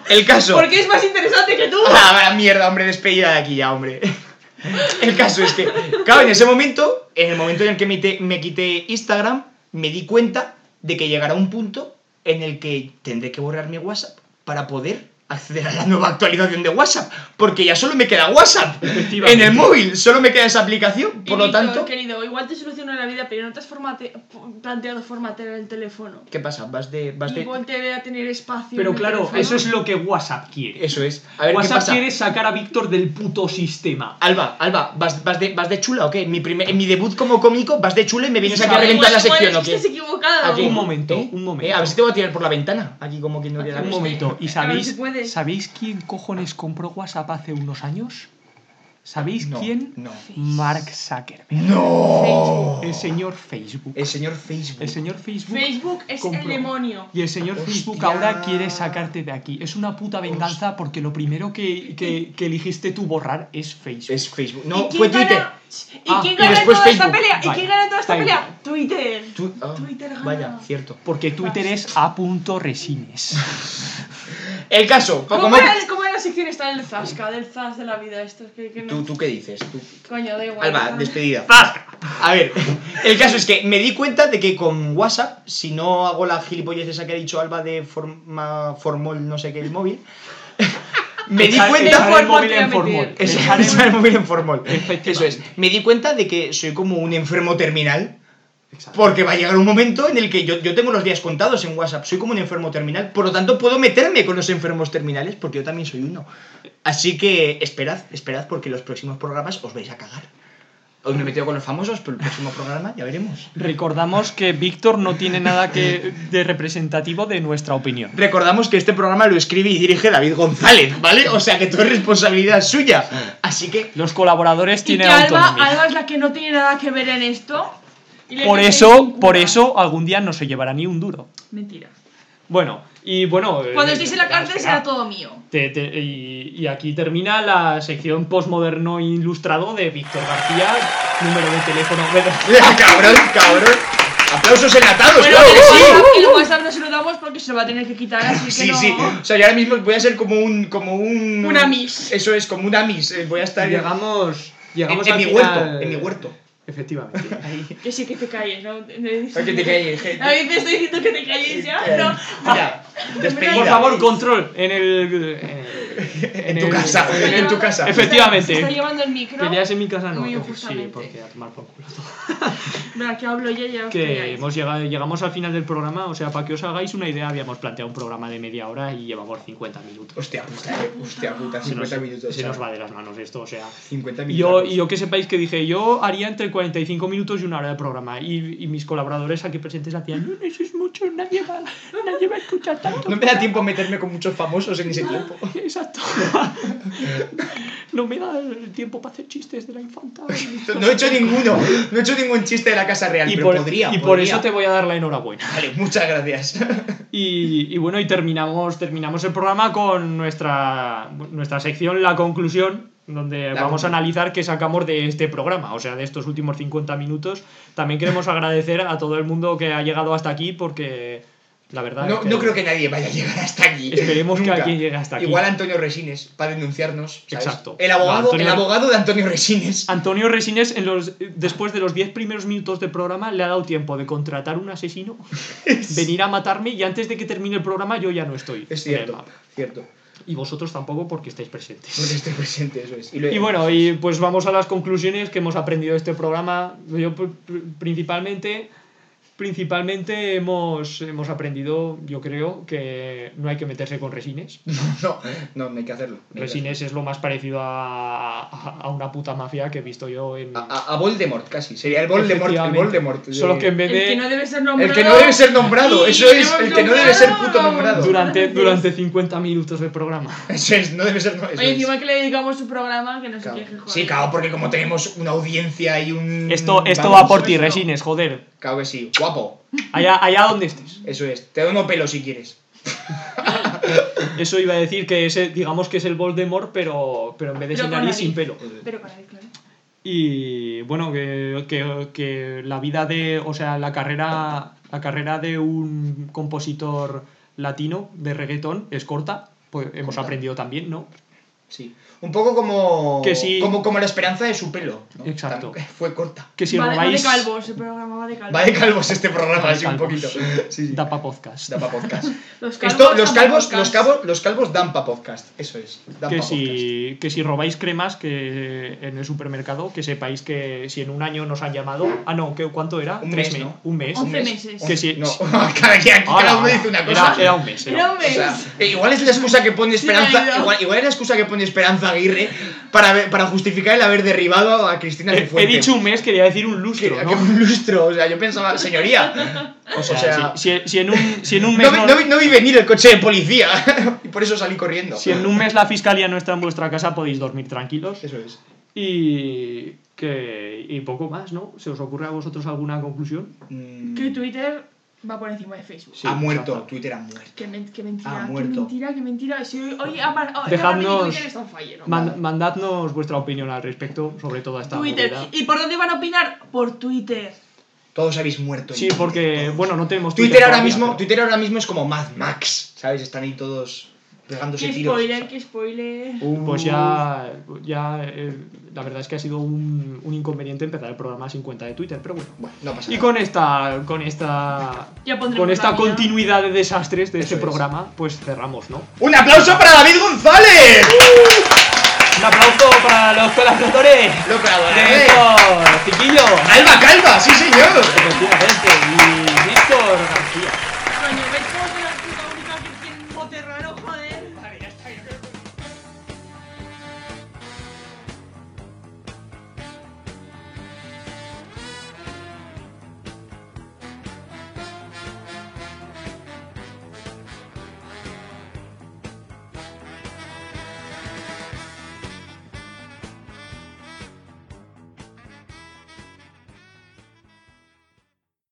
Speaker 1: El caso...
Speaker 4: Porque es más interesante que tú.
Speaker 1: Ah, mierda, hombre, despedida de aquí ya, hombre. El caso es que, claro, en ese momento, en el momento en el que me, te- me quité Instagram, me di cuenta de que llegará un punto en el que tendré que borrar mi WhatsApp para poder acceder a la nueva actualización de WhatsApp, porque ya solo me queda WhatsApp en
Speaker 2: Efectivamente.
Speaker 1: el móvil, solo me queda esa aplicación, por
Speaker 4: Y
Speaker 1: lo
Speaker 4: Víctor,
Speaker 1: tanto...
Speaker 4: Querido, igual te soluciona la vida, pero no te has formate- planteado formatear el teléfono.
Speaker 1: ¿Qué pasa? Vas de... Vas de...
Speaker 4: Igual te a tener espacio.
Speaker 2: Pero
Speaker 4: en el
Speaker 2: claro,
Speaker 4: teléfono.
Speaker 2: eso es lo que WhatsApp quiere.
Speaker 1: Eso es. A ver, ¿qué
Speaker 2: WhatsApp
Speaker 1: pasa?
Speaker 2: quiere sacar a Víctor del puto sistema.
Speaker 1: Alba, Alba, ¿vas, vas de, ¿vas de chula o qué? En mi, primer, en mi debut como cómico, ¿vas de chula y me vienes aquí a
Speaker 4: Igual-
Speaker 1: reventar la
Speaker 4: igual
Speaker 1: sección o
Speaker 4: es que
Speaker 1: qué?
Speaker 4: estás equivocado.
Speaker 1: Aquí.
Speaker 2: Un momento, un momento.
Speaker 1: Eh, a ver si te voy a tirar por la ventana. Aquí como quien no quiere la
Speaker 2: Un
Speaker 1: vista.
Speaker 2: momento, ¿y
Speaker 4: Claro, se
Speaker 2: sabéis,
Speaker 4: puede.
Speaker 2: ¿sabéis quién cojones compró WhatsApp hace unos años? ¿Sabéis
Speaker 1: No,
Speaker 2: quién?
Speaker 1: No.
Speaker 2: Mark Zuckerberg.
Speaker 1: ¡No!
Speaker 2: El señor Facebook.
Speaker 1: El señor Facebook.
Speaker 2: El señor Facebook.
Speaker 4: Facebook es el
Speaker 2: compró.
Speaker 4: demonio.
Speaker 2: Y el señor Facebook
Speaker 1: Hostia.
Speaker 2: ahora quiere sacarte de aquí. Es una puta venganza porque lo primero que, que- que eligiste tú borrar es Facebook.
Speaker 1: Es Facebook.
Speaker 4: ¿Y
Speaker 1: No,
Speaker 4: quién
Speaker 1: fue
Speaker 4: gana-
Speaker 1: Twitter.
Speaker 4: ¿Y
Speaker 2: Ah,
Speaker 4: quién
Speaker 2: y
Speaker 4: gana
Speaker 1: después
Speaker 4: toda esta
Speaker 1: Facebook.
Speaker 4: pelea? ¿Y
Speaker 2: Vale,
Speaker 4: quién gana toda esta
Speaker 2: está
Speaker 4: pelea?
Speaker 2: bien.
Speaker 4: Twitter.
Speaker 1: Tu- ah,
Speaker 4: Twitter gana.
Speaker 1: Vaya, cierto.
Speaker 2: Porque Twitter es a punto resines.
Speaker 1: El caso, poco
Speaker 4: ¿Cómo
Speaker 1: más.
Speaker 4: era, ¿Cómo era la sección esta del Zasca? Del Zas de la vida, esto es que, que no.
Speaker 1: ¿Tú, ¿Tú qué dices? Tú-
Speaker 4: Coño, da igual.
Speaker 1: Alba,
Speaker 4: Ah.
Speaker 1: despedida. A ver, el caso es que me di cuenta de que con WhatsApp, si no hago la gilipollez esa que ha dicho Alba de forma formol, no sé qué, el móvil, me di
Speaker 2: Echar-
Speaker 1: cuenta.
Speaker 2: echar el móvil en
Speaker 4: Formol te iba a
Speaker 2: formol.
Speaker 4: meter.
Speaker 1: Eso,
Speaker 2: Echar el-
Speaker 1: eso es muy bien formal.
Speaker 2: Efectivamente.
Speaker 1: Eso es. Me di cuenta de que soy como un enfermo terminal.
Speaker 2: Exacto.
Speaker 1: Porque va a llegar un momento en el que yo, yo tengo los días contados en WhatsApp. Soy como un enfermo terminal. Por lo tanto, puedo meterme con los enfermos terminales porque yo también soy uno. Así que esperad, esperad porque los próximos programas os vais a cagar. Hoy me he metido con los famosos, pero el próximo programa ya veremos.
Speaker 5: Recordamos que Víctor no tiene nada que de representativo de nuestra opinión.
Speaker 1: Recordamos que este programa lo escribe y dirige David González, ¿vale? O sea que todo es responsabilidad suya. Así que
Speaker 5: Los colaboradores
Speaker 4: Y que
Speaker 5: tienen
Speaker 4: Alba,
Speaker 5: autonomía.
Speaker 4: Alba es la que no tiene nada que ver en esto. y le
Speaker 5: Por
Speaker 4: metéis
Speaker 5: eso,
Speaker 4: ninguna.
Speaker 5: por eso algún día no se llevará ni un duro.
Speaker 4: Mentira.
Speaker 2: Bueno, y bueno. eh,
Speaker 4: Cuando estéis en la cárcel
Speaker 2: espera.
Speaker 4: será todo mío.
Speaker 2: Te- te- y, y aquí termina la sección postmoderno ilustrado de Víctor García. Número de teléfono. bueno,
Speaker 1: cabrón, cabrón. Aplausos enlatados,
Speaker 4: Bueno,
Speaker 1: claro que
Speaker 4: el
Speaker 1: sí.
Speaker 4: WhatsApp- el WhatsApp no se lo damos porque se lo va a tener que quitar, así que
Speaker 1: Sí,
Speaker 4: no.
Speaker 1: sí. O sea, yo ahora mismo voy a ser como un. como un.
Speaker 4: Una miss.
Speaker 1: Eso es, como una miss. Eh, Voy a estar.
Speaker 2: llegamos.
Speaker 1: en,
Speaker 2: Llegamos
Speaker 1: en
Speaker 2: al
Speaker 1: mi
Speaker 2: final-
Speaker 1: huerto. En mi huerto.
Speaker 2: Efectivamente.
Speaker 4: Que sí, que te calles, ¿no?
Speaker 1: Para que te calles, gente.
Speaker 4: A mí te estoy diciendo que te calles ya, no.
Speaker 1: Mira, despedida.
Speaker 2: Por favor, control en el. En,
Speaker 1: En tu casa.
Speaker 4: Se está
Speaker 1: En tu
Speaker 4: llevando-
Speaker 1: casa.
Speaker 4: se está-
Speaker 2: Efectivamente.
Speaker 4: Se está llevando el micro.
Speaker 2: Que leas en mi casa no.
Speaker 4: Muy
Speaker 2: Sí,
Speaker 4: injustamente.
Speaker 2: porque a tomar por culo todo.
Speaker 4: Mira, que hablo yo y ya os
Speaker 2: Que
Speaker 4: calláis.
Speaker 2: hemos llegado, llegamos al final del programa, o sea, para que os hagáis una idea, habíamos planteado un programa de media hora y llevamos 50 minutos.
Speaker 1: Hostia puta, eh. Hostia puta,
Speaker 2: Se nos,
Speaker 1: 50 minutos.
Speaker 2: se nos
Speaker 1: chaval.
Speaker 2: va de las manos esto, o sea.
Speaker 1: 50
Speaker 2: Y yo,
Speaker 1: minutos.
Speaker 2: y yo que sepáis que dije, yo haría entre 45 minutos y una hora de programa. Y, y mis colaboradores aquí presentes hacían, no, eso es mucho, nadie va, nadie va a escuchar tanto.
Speaker 1: No me da tiempo a meterme con muchos famosos en ese tiempo.
Speaker 2: Exacto. No me da el tiempo para hacer chistes de la infanta.
Speaker 1: No he hecho ninguno. No he hecho ningún chiste de la Casa Real,
Speaker 2: Y
Speaker 1: pero
Speaker 2: por,
Speaker 1: podría.
Speaker 2: y por
Speaker 1: podría.
Speaker 2: eso te voy a dar la enhorabuena.
Speaker 1: Vale, muchas gracias.
Speaker 2: Y, y bueno, y terminamos, terminamos el programa con nuestra, nuestra sección, la conclusión, donde
Speaker 1: La
Speaker 2: vamos
Speaker 1: conclu-
Speaker 2: a analizar qué sacamos de este programa, o sea, de estos últimos 50 minutos. También queremos agradecer a todo el mundo que ha llegado hasta aquí porque la verdad...
Speaker 1: No, no creo que nadie vaya a llegar hasta aquí.
Speaker 2: Esperemos que
Speaker 1: Nunca.
Speaker 2: alguien llegue hasta aquí.
Speaker 1: Igual Antonio Resines, para denunciarnos. ¿sabes?
Speaker 2: Exacto.
Speaker 1: El abogado,
Speaker 2: Antonio- Ah,
Speaker 1: el abogado de Antonio Resines.
Speaker 2: Antonio Resines, en los, después de los 10 primeros minutos de programa, le ha dado tiempo de contratar un asesino, venir a matarme y antes de que termine el programa yo ya no estoy.
Speaker 1: Es
Speaker 2: en el
Speaker 1: cierto,
Speaker 2: mapa.
Speaker 1: cierto.
Speaker 2: Y vosotros tampoco porque estáis presentes.
Speaker 1: Porque estoy presente, eso es. lo-
Speaker 2: Y bueno, y pues vamos a las conclusiones que hemos aprendido de este programa. Yo pr- pr- principalmente, principalmente hemos, hemos aprendido, yo creo, que no hay que meterse con resines.
Speaker 1: No, no, no hay que hacerlo. no hay que
Speaker 2: Resines es lo más parecido a, a- a una puta mafia que he visto yo en...
Speaker 1: hacerlo. A, a- a Voldemort, casi. Sería el Voldemort. El
Speaker 2: Efectivamente.
Speaker 1: Voldemort. de-
Speaker 2: Solo que en vez
Speaker 4: El que
Speaker 2: de...
Speaker 4: no debe ser nombrado.
Speaker 1: El que no debe ser nombrado,
Speaker 4: Y
Speaker 1: eso es,
Speaker 4: hemos
Speaker 1: el que no debe ser puto
Speaker 4: nombrado.
Speaker 1: nombrado.
Speaker 2: Durante, durante 50 minutos de programa.
Speaker 1: Eso es, no debe ser. no, eso
Speaker 4: Oye,
Speaker 1: es.
Speaker 4: encima que le dedicamos su programa, que no se
Speaker 1: Claro.
Speaker 4: queje, joder.
Speaker 1: Sí, claro, porque como tenemos una audiencia y un.
Speaker 5: Esto,
Speaker 2: Mm,
Speaker 5: esto
Speaker 1: Vamos,
Speaker 5: va por ti,
Speaker 4: supuesto.
Speaker 5: Resines, joder.
Speaker 1: Claro que sí, guapo.
Speaker 5: Allá, allá donde estés.
Speaker 1: Eso es, te doy uno pelo si quieres.
Speaker 2: Eso iba a decir que ese, digamos que es el Voldemort, pero, pero en vez de
Speaker 4: Pero
Speaker 2: sin
Speaker 4: con
Speaker 2: nariz,
Speaker 4: nariz.
Speaker 2: sin pelo.
Speaker 4: Pero con él, claro.
Speaker 2: Y bueno, que, que- que la vida de, o sea, la carrera, la carrera de un compositor latino de reggaetón es corta, pues hemos
Speaker 1: Corta.
Speaker 2: aprendido también, ¿no?
Speaker 1: Sí. Un poco como.
Speaker 2: Que sí.
Speaker 1: Como, como la esperanza de su pelo. ¿no?
Speaker 2: Exacto.
Speaker 1: Tan- Fue corta.
Speaker 2: Que si
Speaker 4: va,
Speaker 2: os
Speaker 4: de- va de
Speaker 2: vais,
Speaker 4: calvos, el programa va de calvos.
Speaker 1: Va de calvos este programa,
Speaker 2: Va de
Speaker 1: así un
Speaker 2: calvos.
Speaker 1: poquito. Sí, sí.
Speaker 2: da pa' podcast.
Speaker 1: Da pa' podcast.
Speaker 4: Los calvos,
Speaker 1: Esto, los
Speaker 4: tampoco
Speaker 1: calvos,
Speaker 4: cas-
Speaker 1: los calvos, los calvos dan pa' podcast. Eso es. Dan
Speaker 2: que
Speaker 1: pa' podcast.
Speaker 2: si, que si robáis cremas que en el supermercado, que sepáis que si en un año nos han llamado. Ah, no, ¿qué, ¿cuánto era?
Speaker 1: Un
Speaker 2: Tres
Speaker 1: mes,
Speaker 2: me-
Speaker 1: ¿no?
Speaker 2: Un mes.
Speaker 4: Un mes. 11 meses.
Speaker 1: Un-
Speaker 2: Que si-
Speaker 1: No, cada, aquí
Speaker 2: Ahora,
Speaker 1: cada uno
Speaker 2: ahora.
Speaker 1: dice una
Speaker 2: Era-
Speaker 1: cosa.
Speaker 2: Era, un mes. era
Speaker 4: Era
Speaker 2: un
Speaker 4: un
Speaker 1: O sea,
Speaker 4: mes.
Speaker 1: eh, igual es la excusa que pone
Speaker 4: Sí, me
Speaker 1: Esperanza.
Speaker 4: ayuda.
Speaker 1: igual, igual es la excusa que pone Esperanza Aguirre para, ver- para justificar el haber derribado a Cristina
Speaker 2: mes. He, he
Speaker 1: Cifuentes.
Speaker 2: dicho un mes, quería decir un
Speaker 1: que,
Speaker 2: lustro,
Speaker 1: que
Speaker 2: ¿no?
Speaker 1: un lustro, o sea, yo pensaba, señoría.
Speaker 2: O sea,
Speaker 1: sea,
Speaker 2: si, si- si en un, si en un mes.
Speaker 1: No, vi-
Speaker 2: no-
Speaker 1: no vi- no vi venir el coche de policía y por eso salí corriendo.
Speaker 2: Si en un mes la fiscalía no está en vuestra casa, podéis dormir tranquilos.
Speaker 1: Eso es.
Speaker 2: Y. Que, y poco más, ¿no? ¿Se os ocurre a vosotros alguna conclusión?
Speaker 1: Mm,
Speaker 4: Que Twitter va por encima de Facebook.
Speaker 2: Sí,
Speaker 1: ha Ah, muerto,
Speaker 2: exacto.
Speaker 1: Twitter ha muerto.
Speaker 4: Qué, men- qué mentira,
Speaker 1: Ah,
Speaker 4: qué
Speaker 1: muerto.
Speaker 4: mentira, qué mentira. Si hoy, hoy apar- hoy
Speaker 2: Dejadnos-
Speaker 4: ahora mismo Twitter está on fire, ¿no?
Speaker 2: Man- mandadnos vuestra opinión al respecto, sobre todo a esta
Speaker 4: Twitter.
Speaker 2: movida.
Speaker 4: ¿Y por dónde van a opinar? Por Twitter.
Speaker 1: Todos habéis muerto. en
Speaker 2: Sí,
Speaker 1: Twitter,
Speaker 2: porque,
Speaker 1: todos.
Speaker 2: bueno, no tenemos
Speaker 1: Twitter, ahora
Speaker 2: todavía,
Speaker 1: mismo,
Speaker 2: pero-
Speaker 1: Twitter ahora mismo es como Mad Max, ¿sabes? Están ahí todos pegándose
Speaker 4: Qué
Speaker 1: tiros.
Speaker 4: spoiler, qué spoiler.
Speaker 1: Uh,
Speaker 2: Pues ya, ya eh, la verdad es que ha sido un, un inconveniente empezar el programa sin cuenta de Twitter, pero bueno.
Speaker 1: Bueno, no pasa
Speaker 2: Y
Speaker 1: nada.
Speaker 2: con esta, con esta,
Speaker 4: Ya pondremos
Speaker 2: con esta
Speaker 4: la mía.
Speaker 2: continuidad de desastres de
Speaker 1: Eso
Speaker 2: este
Speaker 1: es.
Speaker 2: programa, pues cerramos, ¿no?
Speaker 1: ¡Un aplauso para David González!
Speaker 5: Un aplauso para los colaboradores.
Speaker 1: Lo que
Speaker 5: De
Speaker 1: adoré.
Speaker 5: nuestro chiquillo.
Speaker 1: Alba Calva, eh, sí señor.
Speaker 5: Efectivamente. Y